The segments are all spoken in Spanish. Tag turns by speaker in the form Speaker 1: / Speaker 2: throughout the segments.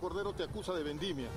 Speaker 1: Cordero te acusa de vendimia.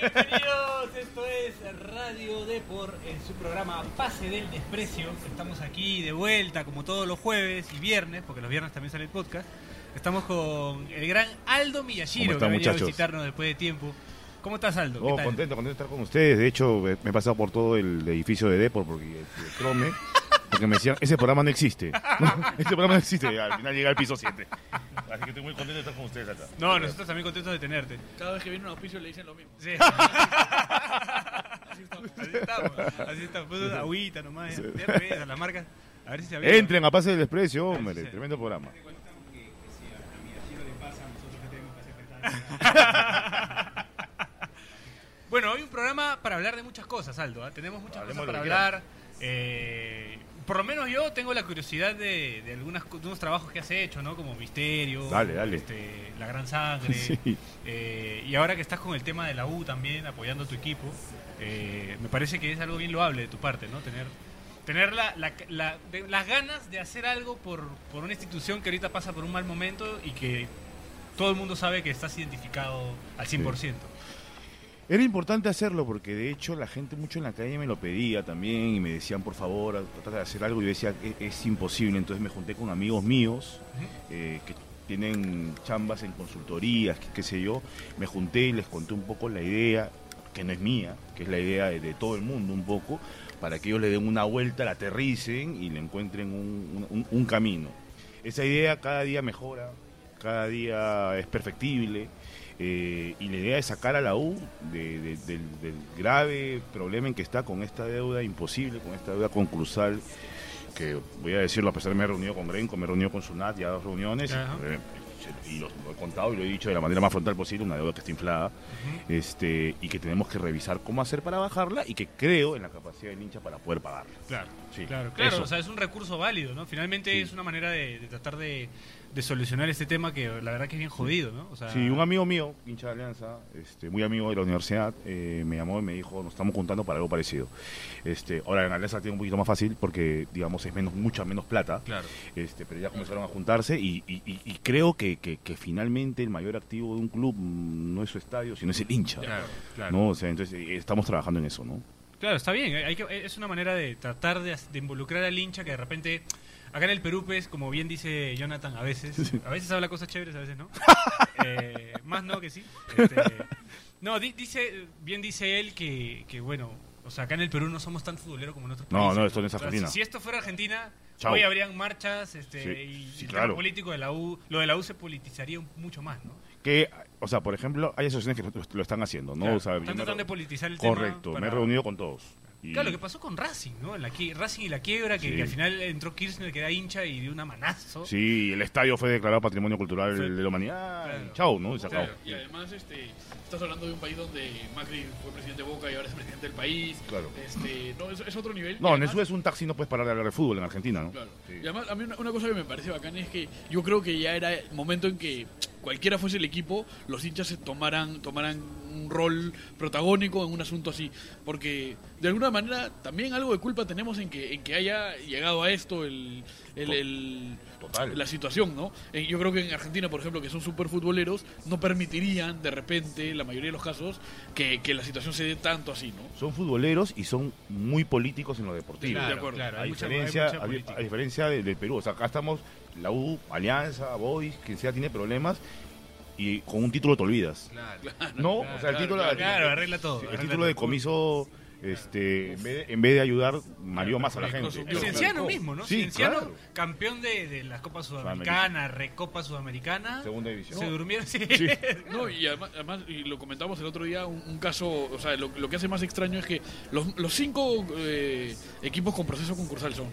Speaker 2: Bienvenidos, esto es Radio Depor en su programa Pase del Desprecio. Estamos aquí de vuelta como todos los jueves y viernes, porque los viernes también sale el podcast. Estamos con el gran Aldo Miyashiro,
Speaker 3: ¿Cómo están,
Speaker 2: que ha venido a
Speaker 3: muchachos?
Speaker 2: visitarnos después de tiempo. ¿Cómo estás, Aldo? ¿Qué
Speaker 3: Oh,
Speaker 2: tal?
Speaker 3: contento, contento de estar con ustedes. De hecho, eh, me he pasado por todo el edificio de Depor porque eh, Crome, porque me decían, ese programa no existe. ese programa no existe. Y Al final llega al piso 7. Así que estoy muy contento de estar con ustedes acá.
Speaker 2: No, nosotros también contentos de tenerte.
Speaker 4: Cada vez que viene un auspicio le dicen lo mismo.
Speaker 2: Sí. Así estamos. Así estamos. Así estamos. Pues, agüita nomás. ya. Ya te ves a las marcas. A ver si se abre.
Speaker 3: Entren a pase del desprecio, hombre.
Speaker 2: sí.
Speaker 3: Tremendo programa.
Speaker 2: Bueno, hoy un programa para hablar de muchas cosas, Aldo. ¿ah? Tenemos muchas
Speaker 3: Hablemos
Speaker 2: cosas
Speaker 3: lo que
Speaker 2: para hablar. Eh, por lo menos yo tengo la curiosidad de, de algunas co- de unos trabajos que has hecho, ¿no? Como Misterio,
Speaker 3: Dale, dale.
Speaker 2: este, La Gran Sangre.
Speaker 3: Sí.
Speaker 2: Eh, y ahora que estás con el tema de la U también, apoyando a tu equipo, eh, me parece que es algo bien loable de tu parte, ¿no? Tener, tener la- la- la- de- las ganas de hacer algo por, por una institución que ahorita pasa por un mal momento y que todo el mundo sabe que estás identificado al 100%.
Speaker 3: Era importante hacerlo porque de hecho la gente mucho en la calle me lo pedía también y me decían por favor trata de hacer algo y yo decía "Es- es imposible entonces me junté con amigos míos
Speaker 2: Ujú.
Speaker 3: eh, que tienen chambas en consultorías que- qué sé yo me junté y les conté un poco la idea que no es mía que es la idea de, de todo el mundo un poco para que ellos le den una vuelta la aterricen y le encuentren un- un- un camino esa idea cada día mejora cada día es perfectible eh, y la idea es sacar a la U de- de- del, del grave problema en que está con esta deuda imposible, con esta deuda concursal, que voy a decirlo, a pesar de que me he reunido con Grenco, me he reunido con Sunat, ya dos reuniones,
Speaker 2: Ajá.
Speaker 3: eh, y lo, lo he contado y lo he dicho de la manera más frontal posible, una deuda que está inflada, este, y que tenemos que revisar cómo hacer para bajarla y que creo en la capacidad del hincha para poder pagarla.
Speaker 2: Claro,
Speaker 3: Sí,
Speaker 2: claro, claro.
Speaker 3: eso.
Speaker 2: O sea, es un recurso válido, ¿no? Finalmente
Speaker 3: Sí.
Speaker 2: es una manera de, de tratar de, de solucionar este tema que la verdad que es bien jodido, ¿no? O sea,
Speaker 3: Sí, un amigo mío, hincha de Alianza, este, muy amigo de la universidad, eh, me llamó y me dijo, nos estamos juntando para algo parecido. Este, ahora en Alianza tiene un poquito más fácil porque, digamos, es menos, mucha menos plata,
Speaker 2: Claro.
Speaker 3: este, pero ya comenzaron a juntarse y, y- y- y creo que, que- que finalmente el mayor activo de un club mm, no es su estadio, sino es el hincha.
Speaker 2: Claro, claro.
Speaker 3: ¿no? O sea, entonces eh, estamos trabajando en eso, ¿no?
Speaker 2: Claro, está bien. Hay que, es una manera de tratar de, as- de involucrar al hincha que de repente. Acá en el Perú, pues, como bien dice Jonathan, a veces. A veces habla cosas chéveres, a veces no. Eh, más no que sí. Este, no, di- dice, bien dice él que, que, bueno, o sea, acá en el Perú no somos tan futboleros como en otros
Speaker 3: No,
Speaker 2: países.
Speaker 3: no, esto no es
Speaker 2: O sea,
Speaker 3: Argentina.
Speaker 2: Si, si esto fuera Argentina,
Speaker 3: Chao.
Speaker 2: hoy habrían marchas este,
Speaker 3: Sí,
Speaker 2: y
Speaker 3: sí,
Speaker 2: el tema
Speaker 3: claro.
Speaker 2: político de la U. Lo de la U se politizaría un- mucho más, ¿no?
Speaker 3: Que, o sea, por ejemplo, hay asociaciones que lo- lo están haciendo, ¿no?
Speaker 2: Claro,
Speaker 3: O sea, yo
Speaker 2: están
Speaker 3: me
Speaker 2: tratando de
Speaker 3: re-
Speaker 2: politizar el tema.
Speaker 3: Correcto, me he
Speaker 2: para-
Speaker 3: reunido con todos. Y-
Speaker 2: Claro, lo que pasó con Racing, ¿no? La qui- Racing y la quiebra, que,
Speaker 3: Sí.
Speaker 2: que al final entró Kirchner, que era hincha y dio una manazo.
Speaker 3: Sí, el estadio fue declarado Patrimonio Cultural
Speaker 2: Fue-
Speaker 3: de la Humanidad.
Speaker 2: Claro.
Speaker 3: y Chao, ¿no? Y se acabó.
Speaker 4: Claro, Y además, este, estás hablando de un país donde Macri fue presidente de Boca y ahora es presidente del país.
Speaker 3: Claro.
Speaker 4: Este, no, es, es otro nivel.
Speaker 3: No,
Speaker 4: Y
Speaker 3: en
Speaker 4: además-
Speaker 3: eso es un taxi, no puedes parar de hablar de fútbol en Argentina, ¿no?
Speaker 4: Claro.
Speaker 3: Sí.
Speaker 4: Y además, a mí una, una cosa que me parece bacana es que yo creo que ya era el momento en que cualquiera fuese el equipo, los hinchas se tomaran, tomaran un rol protagónico en un asunto así. Porque de alguna manera también algo de culpa tenemos en que, en que haya llegado a esto el, el- el-
Speaker 3: Total.
Speaker 4: la situación, ¿no? Eh, Yo creo que en Argentina, por ejemplo, que son súper futboleros, no permitirían de repente, la mayoría de los casos, que, que la situación se dé tanto así, ¿no?
Speaker 3: Son futboleros y son muy políticos en lo deportivo.
Speaker 4: de
Speaker 2: claro,
Speaker 4: acuerdo.
Speaker 2: claro,
Speaker 3: a,
Speaker 2: hay mucha- hay
Speaker 3: diferencia,
Speaker 2: mucha
Speaker 3: a di-
Speaker 2: política.
Speaker 3: a diferencia de- del Perú. O sea, acá estamos, la U, Alianza, Boys, quien sea, tiene problemas y con un título te olvidas. no, Oh, o sea, el
Speaker 4: claro,
Speaker 3: título,
Speaker 4: claro,
Speaker 2: Claro, arregla todo.
Speaker 3: el
Speaker 2: arregla
Speaker 3: título
Speaker 2: todo.
Speaker 3: de comiso, este, en, vez de, en vez de ayudar, mareó más a la
Speaker 4: perjudicó
Speaker 3: gente.
Speaker 4: su-
Speaker 2: Cienciano mismo, ¿no?
Speaker 3: Sí,
Speaker 2: Cienciano,
Speaker 3: claro.
Speaker 2: campeón de, de las Copas Sudamericanas, Recopa Sudamericana.
Speaker 3: Segunda división.
Speaker 2: Se durmieron, sí.
Speaker 4: No, y además, además, y lo comentamos el otro día, un, un caso, o sea, lo, lo que hace más extraño es que los, los cinco eh, equipos con proceso concursal son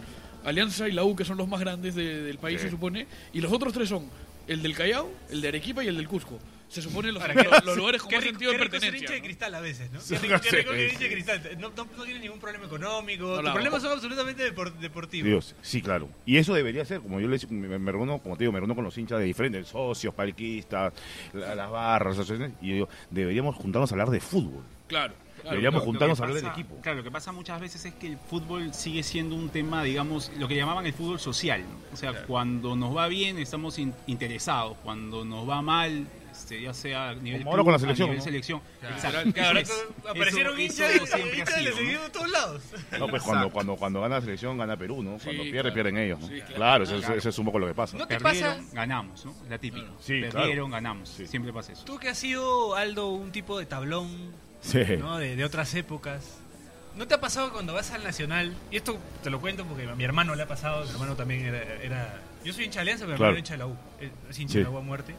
Speaker 4: Alianza y la U, que son los más grandes de- del país,
Speaker 3: Sí.
Speaker 4: se supone, y los otros tres son el del Callao, el de Arequipa y el del Cusco. se supone los,
Speaker 2: Ahora, qué-
Speaker 4: los- los lugares con
Speaker 2: qué
Speaker 4: más
Speaker 2: rico-
Speaker 4: sentido de
Speaker 2: qué rico ser hincha
Speaker 4: pertenencia.
Speaker 2: de
Speaker 4: ¿no?
Speaker 2: cristal a veces, ¿no?
Speaker 3: Sí,
Speaker 2: Qué rico,
Speaker 3: no
Speaker 2: qué
Speaker 3: sé,
Speaker 2: rico ser
Speaker 3: sí.
Speaker 2: hincha de cristal. No, no, no tienes ningún problema económico.
Speaker 4: No la
Speaker 2: Tus problemas
Speaker 4: hago.
Speaker 2: son absolutamente depor- deportivos.
Speaker 3: Dios, sí, claro. Y eso debería ser, como yo les, me, me reúno, como te digo, me reúno con los hinchas de diferentes socios, palquistas, la- las barras, asociaciones, y yo digo, deberíamos juntarnos a hablar de fútbol.
Speaker 4: Claro. claro.
Speaker 3: Deberíamos
Speaker 1: que
Speaker 3: juntarnos a hablar del
Speaker 1: pasa-
Speaker 3: equipo.
Speaker 1: Claro, lo que pasa muchas veces es que el fútbol sigue siendo un tema, digamos, lo que llamaban el fútbol social. ¿no? O sea, cuando nos va bien estamos in- interesados, cuando nos va mal, este, ya sea a nivel,
Speaker 3: Como ahora con la
Speaker 1: a
Speaker 3: selección,
Speaker 1: nivel
Speaker 3: ¿no?
Speaker 1: selección.
Speaker 4: Claro.
Speaker 1: Exacto,
Speaker 2: Claro,
Speaker 1: eso es. Eso-
Speaker 2: aparecieron
Speaker 1: eso
Speaker 2: hinchas de
Speaker 1: siempre
Speaker 2: hinchas de
Speaker 1: ha sido,
Speaker 2: la
Speaker 1: ¿no?
Speaker 2: selección de todos lados.
Speaker 3: No, pues cuando, cuando, cuando gana la selección, gana Perú, ¿no?
Speaker 4: Sí,
Speaker 3: Cuando pierde,
Speaker 4: claro.
Speaker 3: pierden ellos, ¿no?
Speaker 4: Sí,
Speaker 3: claro,
Speaker 4: claro.
Speaker 3: eso, es-
Speaker 1: Claro.
Speaker 3: eso es un poco lo que pasa.
Speaker 2: No te
Speaker 1: Perdieron,
Speaker 2: pasa-
Speaker 1: ganamos, ¿no? La típica.
Speaker 3: Sí, claro.
Speaker 1: Perdieron, ganamos.
Speaker 3: Sí.
Speaker 1: Siempre pasa eso.
Speaker 2: Tú que has sido, Aldo, un tipo de tablón,
Speaker 3: Sí.
Speaker 2: ¿no? De, de otras épocas. ¿No te ha pasado que cuando vas al Nacional? Y esto te lo cuento porque a mi hermano le ha pasado, mi hermano también era... era- yo soy hincha de Alianza, pero
Speaker 3: Claro.
Speaker 2: mi hermano era hincha de la U. Es- Es hincha
Speaker 3: Sí.
Speaker 2: de la U a muerte.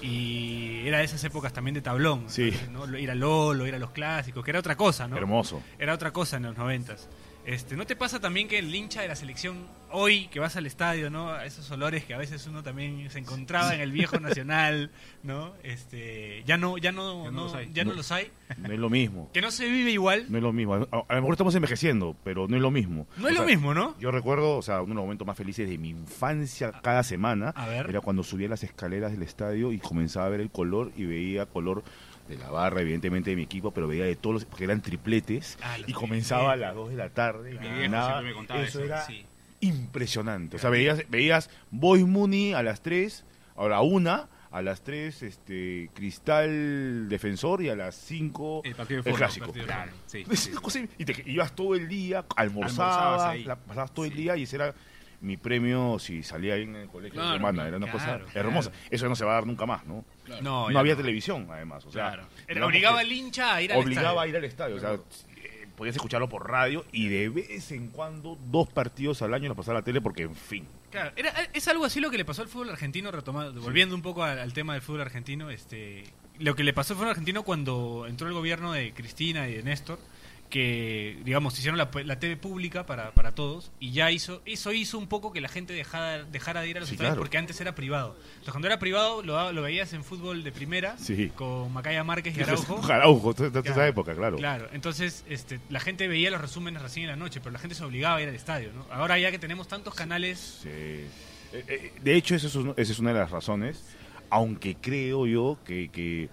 Speaker 2: Y era de esas épocas también de tablón.
Speaker 3: Sí.
Speaker 2: ¿no? Ir a Lolo, ir a los clásicos, que era otra cosa, ¿no?
Speaker 3: Hermoso.
Speaker 2: Era otra cosa en los noventas. Este, ¿No te pasa también que el hincha de la selección hoy que vas al estadio, ¿no? A Esos olores que a veces uno también se encontraba en el viejo nacional, ¿no? Este, ya no, ya no,
Speaker 1: Ya no
Speaker 2: no-
Speaker 1: los hay.
Speaker 2: ya no
Speaker 3: No.
Speaker 2: los hay.
Speaker 3: No es lo mismo.
Speaker 2: Que no se vive igual.
Speaker 3: No es lo mismo. A, a lo mejor estamos envejeciendo, pero no es lo mismo.
Speaker 2: No es
Speaker 3: O
Speaker 2: lo
Speaker 3: sea,
Speaker 2: mismo, ¿no?
Speaker 3: Yo recuerdo, o sea, uno de los momentos más felices de mi infancia cada semana
Speaker 2: A ver.
Speaker 3: era cuando subía las escaleras del estadio y comenzaba a ver el color y veía color de la barra, evidentemente de mi equipo, pero veía de todos los, porque eran tripletes
Speaker 2: Ah, los
Speaker 3: y comenzaba a
Speaker 2: tripletes.
Speaker 3: las 2 de la tarde y
Speaker 1: Mi viejo
Speaker 3: terminaba.
Speaker 1: siempre me contaba
Speaker 3: eso,
Speaker 1: eso,
Speaker 3: era
Speaker 1: sí.
Speaker 3: impresionante. O sea, veías, veías Boys Mooney a las 3, ahora a una, a las 3 este, Cristal Defensor y a las 5
Speaker 1: El partido de
Speaker 3: el
Speaker 1: fútbol.
Speaker 3: clásico.
Speaker 1: Claro, sí,
Speaker 3: Es
Speaker 1: sí.
Speaker 3: una cosa- y te que- ibas todo el día,
Speaker 1: Almorzabas
Speaker 3: almorzabas,
Speaker 1: ahí.
Speaker 3: la pasabas todo el día y ese era mi premio si salía bien en el colegio de
Speaker 4: Claro,
Speaker 3: tu hermana. Era una
Speaker 2: claro,
Speaker 3: cosa hermosa. Eso no se va a dar nunca más, ¿no?
Speaker 4: Claro.
Speaker 2: No,
Speaker 3: No,
Speaker 2: ya
Speaker 3: había
Speaker 2: no.
Speaker 3: televisión, además. O sea,
Speaker 2: Claro. Era-
Speaker 3: digamos
Speaker 2: obligaba
Speaker 3: que
Speaker 2: al hincha a ir al
Speaker 3: obligaba a
Speaker 2: estadio.
Speaker 3: ir al estadio. O sea, eh, podías escucharlo por radio y de vez en cuando dos partidos al año los pasaba a la tele porque, en fin.
Speaker 2: Claro, era- es algo así lo que le pasó al fútbol argentino, retomando, volviendo un poco al, al tema del fútbol argentino, este, lo que le pasó al fútbol argentino cuando entró el gobierno de Cristina y de Néstor, que digamos hicieron la, pu- la TV pública para, para todos y ya hizo eso hizo un poco que la gente dejara, dejara de ir a los
Speaker 3: Sí,
Speaker 2: estadios
Speaker 3: claro.
Speaker 2: porque antes era privado. Entonces cuando era privado lo, daba- lo veías en fútbol de primera
Speaker 3: Sí.
Speaker 2: con Macaya Márquez y Araujo.
Speaker 3: Araujo, de esa
Speaker 2: Claro.
Speaker 3: época, claro.
Speaker 2: Claro, entonces este, la gente veía los resúmenes recién en la noche, pero la gente se obligaba a ir al estadio. ¿no? Ahora ya que tenemos tantos canales
Speaker 3: Sí. Eh, eh, De hecho, eso es un- esa es una de las razones, aunque creo yo que, que,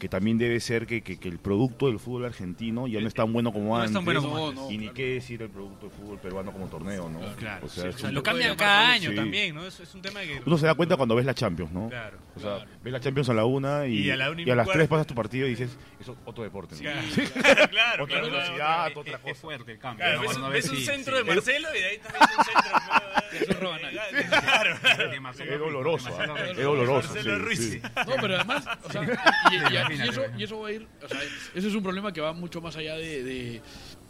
Speaker 3: que también debe ser que, que- que el producto del fútbol argentino ya no es tan bueno como
Speaker 2: Eh, No
Speaker 3: antes.
Speaker 2: es tan bueno
Speaker 4: como
Speaker 3: y
Speaker 4: antes.
Speaker 3: ni
Speaker 4: No, claro.
Speaker 3: qué decir el producto del fútbol peruano como torneo, ¿no?
Speaker 2: Claro,
Speaker 3: O sea,
Speaker 4: sí,
Speaker 3: es
Speaker 4: o
Speaker 2: O sea,
Speaker 3: un-
Speaker 2: lo
Speaker 4: puede
Speaker 2: cambian
Speaker 4: llamar
Speaker 2: cada
Speaker 4: fútbol,
Speaker 2: año
Speaker 3: sí.
Speaker 2: también, ¿no? Es, es un tema que...
Speaker 3: uno se da cuenta cuando ves la Champions, ¿no?
Speaker 2: Claro.
Speaker 3: O sea,
Speaker 4: Claro.
Speaker 3: ves la Champions a la una y,
Speaker 2: Y a la una y
Speaker 3: y a las tres
Speaker 2: cuarto.
Speaker 3: pasas tu partido y dices, eso es otro deporte. ¿no?
Speaker 2: Claro,
Speaker 3: Sí.
Speaker 2: claro, claro.
Speaker 3: Otra
Speaker 2: claro.
Speaker 3: velocidad,
Speaker 1: Es-
Speaker 3: otra
Speaker 1: es, es
Speaker 3: cosa.
Speaker 1: fuerte el cambio.
Speaker 2: Claro,
Speaker 1: ¿no?
Speaker 2: ves,
Speaker 1: Cuando
Speaker 2: un-
Speaker 1: ves-
Speaker 2: ves un
Speaker 1: sí,
Speaker 2: centro
Speaker 1: sí.
Speaker 2: de Marcelo y de ahí también es un centro.
Speaker 4: Que es un roban ahí.
Speaker 2: Claro.
Speaker 1: Que Marcelo
Speaker 3: Es
Speaker 1: Ruiz,
Speaker 3: doloroso,
Speaker 1: Marcelo
Speaker 3: ¿ah?
Speaker 1: Ruiz.
Speaker 3: es doloroso.
Speaker 2: Marcelo
Speaker 3: sí,
Speaker 2: Ruiz.
Speaker 3: sí.
Speaker 4: No, pero además, o sea, y, y- y- y eso, y eso va a ir, o sea, ese es un problema que va mucho más allá de, de-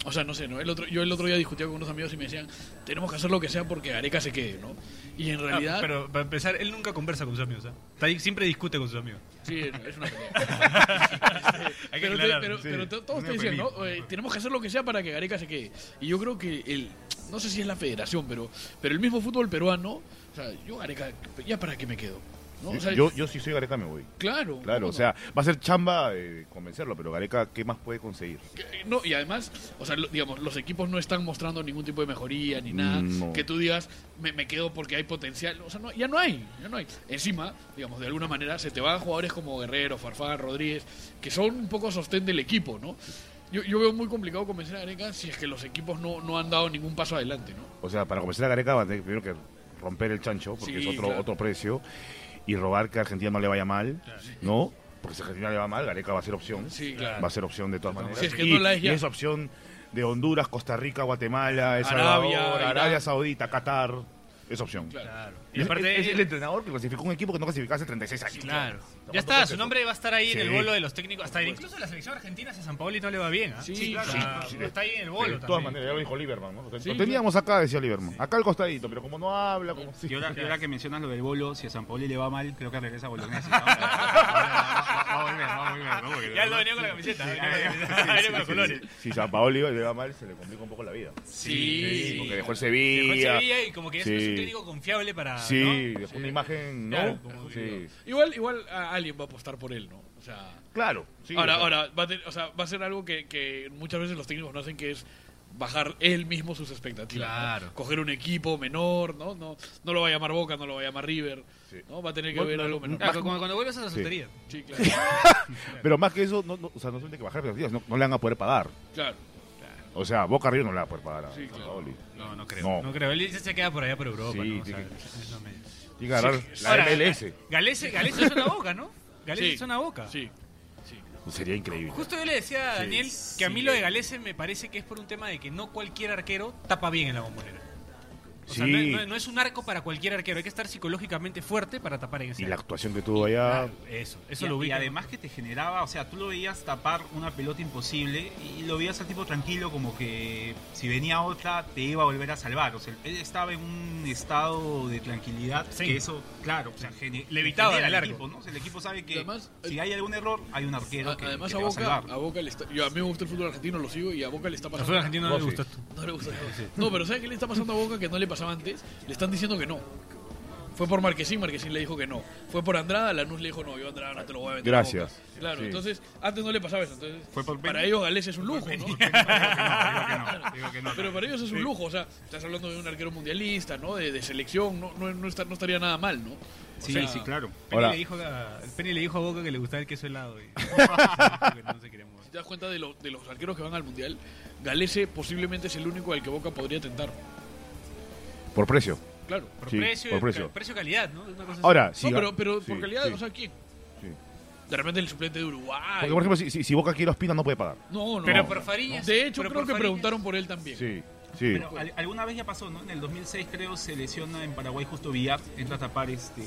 Speaker 4: o sea, no sé, ¿no? El otro, yo el otro día discutía con unos amigos y me decían, tenemos que hacer lo que sea porque Areca se quede, ¿no? Y en realidad,
Speaker 2: Ah, pero para empezar, él nunca conversa con sus amigos. ¿ah? Está ahí- siempre discute con sus amigos.
Speaker 4: sí, es una pelea. Este,
Speaker 2: Hay que
Speaker 4: pero, te-
Speaker 2: aclarar.
Speaker 4: pero-
Speaker 3: sí.
Speaker 4: pero to- todos
Speaker 3: Una
Speaker 4: te dicen, ¿no?
Speaker 3: película.
Speaker 4: Oye, tenemos que hacer lo que sea para que Gareca se quede. Y yo creo que el, no sé si es la federación, pero, pero el mismo fútbol peruano, o sea, yo Gareca, ya para qué me quedo. ¿no? O sea,
Speaker 3: Yo, yo sí soy Gareca, me voy.
Speaker 4: claro,
Speaker 3: Claro,
Speaker 4: ¿cómo
Speaker 3: o
Speaker 4: no?
Speaker 3: sea, va a ser chamba eh, convencerlo, pero Gareca, ¿qué más puede conseguir?
Speaker 4: Que- No, y además, o sea, lo- digamos, los equipos no están mostrando ningún tipo de mejoría ni nada.
Speaker 3: No.
Speaker 4: Que tú digas, me, me quedo porque hay potencial. O sea, no, ya no hay, ya no hay. Encima, digamos, de alguna manera se te van jugadores como Guerrero, Farfán, Rodríguez, que son un poco sostén del equipo, ¿no? Yo, yo veo muy complicado convencer a Areca si es que los equipos no, no han dado ningún paso adelante, ¿no?
Speaker 3: O sea, para convencer a Gareca va a tener primero que romper el chancho, porque
Speaker 4: Sí,
Speaker 3: es otro,
Speaker 4: claro.
Speaker 3: otro precio, y robar que a Argentina no le vaya mal, ¿no? Porque si a Argentina le va mal, Gareca va a ser opción.
Speaker 4: Sí, claro.
Speaker 3: Va a ser opción de todas maneras.
Speaker 4: maneras. Si es que
Speaker 3: y,
Speaker 4: no la es
Speaker 3: y
Speaker 4: ya.
Speaker 3: esa opción de Honduras, Costa Rica, Guatemala, El
Speaker 4: Arabia,
Speaker 3: Salvador,
Speaker 4: Irán.
Speaker 3: Arabia Saudita, Qatar, es opción.
Speaker 4: Claro.
Speaker 2: Y aparte...
Speaker 3: es, es el entrenador que clasificó un equipo que no clasificaba hace 36 años.
Speaker 2: Claro.
Speaker 3: ¿Cuánto
Speaker 2: Ya está,
Speaker 3: cuesta
Speaker 2: su
Speaker 3: eso?
Speaker 2: nombre va a estar ahí en el
Speaker 3: Sí.
Speaker 2: bolo de los técnicos. Hasta incluso la selección argentina, si a San Paoli no le va bien. ¿ah?
Speaker 4: Sí,
Speaker 2: O sea,
Speaker 3: sí, sí.
Speaker 2: Está ahí en el
Speaker 3: De
Speaker 2: bolo
Speaker 3: todas
Speaker 2: también.
Speaker 3: maneras, ya lo dijo Lieberman. ¿no? Lo
Speaker 4: Sí,
Speaker 3: teníamos acá, decía Lieberman. Acá al costadito, pero como no habla, como.
Speaker 1: Y ahora, y ahora que mencionas lo del bolo, si a San Paoli le va mal, creo que regresa a Bolognesi. Ahora- ahora- ahora- ahora- bien, vamos muy bien. ¿no? Porque
Speaker 2: Ya lo
Speaker 1: la verdad-
Speaker 2: venía con la camiseta. ¿eh?
Speaker 1: Sí,
Speaker 2: venía con la
Speaker 1: sí,
Speaker 2: camiseta,
Speaker 1: sí,
Speaker 2: venía con los
Speaker 1: sí,
Speaker 2: colores.
Speaker 3: Si San Paolo iba- iba mal, se le complica un poco la vida.
Speaker 4: Sí.
Speaker 3: Porque dejó el
Speaker 2: Dejó el
Speaker 3: Sevilla.
Speaker 2: Sevilla y como que ya es
Speaker 3: ah, Sí.
Speaker 2: un técnico confiable
Speaker 4: ah,
Speaker 2: para.
Speaker 3: Sí,
Speaker 2: ¿no?
Speaker 3: dejó una imagen, ¿no?
Speaker 2: Claro, como
Speaker 3: sí.
Speaker 2: que-
Speaker 4: Igual, igual a- alguien va a apostar por él, ¿no? O sea,
Speaker 3: Claro, sí,
Speaker 4: ahora,
Speaker 3: o sea,
Speaker 4: ahora va a, tener- o sea, va a ser algo que, que muchas veces los técnicos no hacen, que es bajar él mismo sus expectativas. ¿no?
Speaker 5: Claro.
Speaker 4: Coger un equipo menor, ¿no? No, no lo va a llamar Boca, no lo va a llamar River,
Speaker 3: Sí.
Speaker 4: ¿no? Va a tener que
Speaker 3: Bueno,
Speaker 4: ver
Speaker 3: no,
Speaker 4: algo menor.
Speaker 2: Claro, Ah, como cuando vuelves a la soltería.
Speaker 4: Sí, claro.
Speaker 3: Pero más que eso, no, no- o sea, no solamente que bajar expectativas, no, no le van a poder pagar.
Speaker 4: claro.
Speaker 3: O sea, Boca Río no le va a poder pagar a
Speaker 4: Sí,
Speaker 3: San
Speaker 4: claro.
Speaker 3: Paoli.
Speaker 2: No, no creo.
Speaker 3: No.
Speaker 2: No, creo. Él ya se queda por allá por Europa.
Speaker 3: Sí,
Speaker 2: ¿no? O sea,
Speaker 3: tiene que-
Speaker 2: es lo medio.
Speaker 3: Tiene que agarrar la
Speaker 2: Ahora,
Speaker 3: MLS.
Speaker 2: Galese, Galese es una boca, ¿no? Galese
Speaker 4: Sí.
Speaker 2: es una boca.
Speaker 4: Sí.
Speaker 3: Sería increíble.
Speaker 2: Justo yo le decía a Daniel que a mí lo de Galese me parece que es por un tema de que no cualquier arquero tapa bien en la bombonera. O sea,
Speaker 3: Sí.
Speaker 2: no, no- no es un arco para cualquier arquero. Hay que estar psicológicamente fuerte para tapar en ese
Speaker 3: Y la
Speaker 2: arco.
Speaker 3: actuación que tuvo allá.
Speaker 2: Eso, eso
Speaker 1: y,
Speaker 2: lo
Speaker 1: y
Speaker 2: ubico.
Speaker 1: además que te generaba, o sea, tú lo veías tapar una pelota imposible y lo veías al tipo tranquilo como que si venía otra te iba a volver a salvar. O sea, él estaba en un estado de tranquilidad
Speaker 2: Sí.
Speaker 1: que eso, claro, o sea, gene-
Speaker 2: Le evitaba
Speaker 1: genera
Speaker 2: el
Speaker 1: al
Speaker 2: largo.
Speaker 1: equipo, ¿no? O sea, el equipo sabe que
Speaker 4: Además, eh,
Speaker 1: si hay algún error hay un arquero
Speaker 4: A-
Speaker 1: que,
Speaker 4: además
Speaker 1: que
Speaker 4: a
Speaker 1: te va a
Speaker 4: Boca,
Speaker 1: salvar.
Speaker 4: a Boca le está, yo a mí me gusta el fútbol argentino, lo sigo y a Boca le está
Speaker 2: Al
Speaker 4: pasando.
Speaker 2: fútbol argentino no
Speaker 3: Oh,
Speaker 2: le
Speaker 3: sí.
Speaker 2: gusta tú.
Speaker 4: No le gusta. No, pero ¿sabes qué le está pasando a Boca que no le pasaba antes? Le están diciendo que no. Fue por Marquesín, Marquesín le dijo que no. Fue por Andrada, Lanús le dijo no, yo Andrada no te lo voy a vender. a Boca".
Speaker 3: Gracias.
Speaker 4: Claro,
Speaker 3: Sí.
Speaker 4: entonces antes no le pasaba eso. Entonces,
Speaker 1: Fue por
Speaker 4: para
Speaker 1: Peña.
Speaker 4: ellos Gales es un lujo,
Speaker 1: Digo
Speaker 4: ¿no?
Speaker 1: que no, digo que no, digo que no.
Speaker 4: Pero para ellos es un lujo, o sea, estás hablando de un arquero mundialista, ¿no? De, de selección, no, no, no, está- no estaría nada mal, ¿no? O
Speaker 1: Sí,
Speaker 4: sea,
Speaker 1: sí, claro.
Speaker 2: Penny
Speaker 3: Ahora-
Speaker 2: le dijo a, el Penny le dijo a Boca que le gustaba el queso helado. Y, que no se quería mover.
Speaker 4: Si te das cuenta de, lo- de los arqueros que van al mundial, Galese posiblemente es el único al que Boca podría tentar.
Speaker 3: Por precio.
Speaker 4: Claro.
Speaker 2: Por
Speaker 3: Sí,
Speaker 2: precio,
Speaker 3: por
Speaker 2: y
Speaker 3: precio.
Speaker 2: ca- precio-calidad, ¿no? Es una cosa así.
Speaker 3: Ahora, sí.
Speaker 4: no, pero, pero
Speaker 3: sí,
Speaker 4: por calidad,
Speaker 3: sí.
Speaker 4: o sea, ¿quién?
Speaker 3: Sí.
Speaker 4: De repente el suplente de Uruguay.
Speaker 3: Porque, por ejemplo, si, si- si Boca quiere a Ospina, no puede pagar.
Speaker 4: no, no.
Speaker 2: pero por Farías.
Speaker 4: de hecho,
Speaker 2: pero
Speaker 4: creo
Speaker 2: por
Speaker 4: que
Speaker 2: Farías-
Speaker 4: preguntaron por él también.
Speaker 3: Sí, sí.
Speaker 1: Pero al- alguna vez ya pasó, ¿no? En el 2006 creo se lesiona en Paraguay justo Villar, entra a tapar este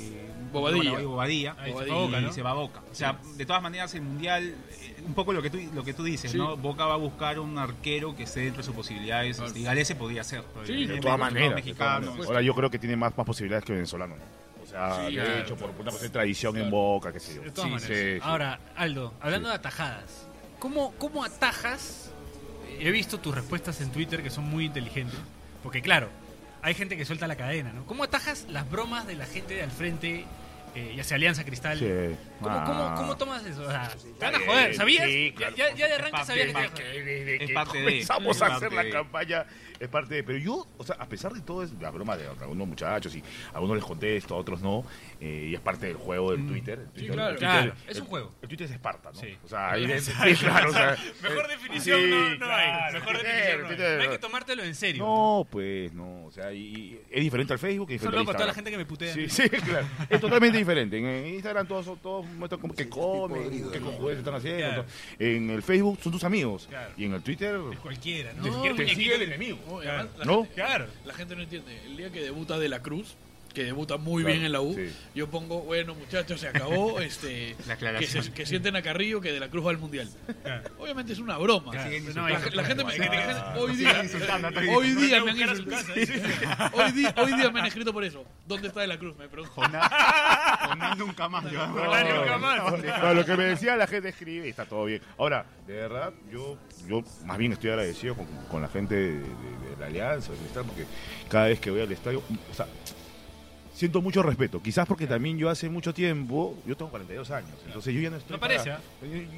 Speaker 4: Bobadilla.
Speaker 1: Paraguay, Bobadilla,
Speaker 2: Ahí se
Speaker 1: y
Speaker 2: va Boca, ¿no?
Speaker 1: se va a Boca. O sea, de todas maneras el mundial eh, un poco lo que tú lo que tú dices,
Speaker 4: Sí.
Speaker 1: ¿no? Boca va a buscar un arquero que esté dentro de sus posibilidades,
Speaker 4: Claro.
Speaker 1: este, y Galese podría ser.
Speaker 4: Sí,
Speaker 3: de
Speaker 4: de
Speaker 3: todas maneras. de todas
Speaker 1: mexicano.
Speaker 3: maneras.
Speaker 2: pues.
Speaker 3: Ahora yo creo que tiene más, más posibilidades que venezolano. ¿no? O sea,
Speaker 4: Sí,
Speaker 3: de
Speaker 4: claro.
Speaker 3: hecho, por una cuestión de tradición en Boca, qué sé yo.
Speaker 2: De todas
Speaker 3: Sí,
Speaker 2: maneras. Ah,
Speaker 3: sí, sí.
Speaker 2: Ahora, Aldo, hablando de atajadas, ¿cómo, ¿cómo atajas? He visto tus respuestas en Twitter que son muy inteligentes, porque claro, hay gente que suelta la cadena, ¿no? ¿Cómo atajas las bromas de la gente de al frente, eh, ya sea Alianza Cristal?
Speaker 3: Sí.
Speaker 2: ¿Cómo,
Speaker 3: Ah.
Speaker 2: cómo, cómo tomas eso? O sea, te van a
Speaker 3: bien,
Speaker 2: joder, ¿sabías?
Speaker 3: sí, claro,
Speaker 2: ya, ya- ya de
Speaker 1: por
Speaker 2: arranque
Speaker 1: supuesto,
Speaker 2: sabías
Speaker 1: es
Speaker 2: que te iba a
Speaker 1: parte-
Speaker 2: joder.
Speaker 1: Es parte de
Speaker 3: Comenzamos
Speaker 1: es
Speaker 3: a
Speaker 1: parte
Speaker 3: hacer la
Speaker 1: de-
Speaker 3: campaña, es parte de. Pero yo, o sea, a pesar de todo, es la broma de algunos muchachos y a algunos les contesto, a otros no, eh, y es parte del juego del Twitter. El Twitter-
Speaker 4: claro.
Speaker 3: el Twitter-
Speaker 2: Mm. Claro, es un
Speaker 3: el-
Speaker 2: juego.
Speaker 3: El Twitter es Esparta, ¿no?
Speaker 2: Sí.
Speaker 3: O sea, ahí es- sí, claro, o sea,
Speaker 2: Mejor
Speaker 3: eh,
Speaker 2: definición
Speaker 3: sí,
Speaker 2: no, no hay.
Speaker 3: claro,
Speaker 2: Mejor
Speaker 3: Twitter,
Speaker 2: definición no hay.
Speaker 3: Twitter.
Speaker 2: No hay que tomártelo en serio.
Speaker 3: No, pues no, o sea, y, y es diferente al Facebook, es diferente
Speaker 2: Solo
Speaker 3: al
Speaker 2: para toda la
Speaker 3: Instagram.
Speaker 2: gente que me putea.
Speaker 3: Sí, sí, claro. Es totalmente diferente. En- En Instagram todos son- todos muestran como que comen, que con juguetes están haciendo.
Speaker 2: Claro.
Speaker 3: En el Facebook son tus amigos.
Speaker 2: Claro.
Speaker 3: Y en el Twitter
Speaker 2: Cualquiera, ¿no?
Speaker 3: te- te,
Speaker 2: Muñequito.
Speaker 3: sigue el enemigo.
Speaker 4: No, y además, la,
Speaker 3: ¿No?
Speaker 4: Gente,
Speaker 2: Claro.
Speaker 4: la gente no entiende. El día que debuta De la Cruz, que debuta muy
Speaker 3: Claro,
Speaker 4: bien en la U,
Speaker 3: sí.
Speaker 4: yo pongo, bueno, muchachos, se acabó. este
Speaker 1: La
Speaker 4: que,
Speaker 1: aclaración.
Speaker 4: se- que sienten a Carrillo que De la Cruz va al mundial.
Speaker 2: Claro.
Speaker 4: Obviamente es una broma.
Speaker 2: Claro.
Speaker 1: Siguen
Speaker 2: No, hay
Speaker 4: La,
Speaker 1: insultando.
Speaker 4: la gente me,
Speaker 1: Hay gente
Speaker 4: la
Speaker 1: que-
Speaker 4: gente- hoy
Speaker 1: siguen
Speaker 4: día,
Speaker 1: insultando, estoy
Speaker 4: hoy
Speaker 1: diciendo,
Speaker 4: día
Speaker 2: Voy
Speaker 4: me
Speaker 2: a
Speaker 4: han
Speaker 2: buscar a su casa,
Speaker 4: insultado.
Speaker 2: dice.
Speaker 4: Hoy día, hoy día me han escrito por eso. ¿Dónde está De la Cruz? Me pregunto.
Speaker 1: Jonás pues, nunca más. yo-
Speaker 2: Jonás nunca más.
Speaker 3: No, lo que me decía la gente escribe y está todo bien. Ahora, de verdad, yo, yo más bien estoy agradecido con, con la gente de, de- de la Alianza, del Cristal, porque cada vez que voy al estadio, o sea, siento mucho respeto. Quizás porque también yo hace mucho tiempo, yo tengo 42 años, entonces yo ya no estoy.
Speaker 2: No parece,
Speaker 3: para-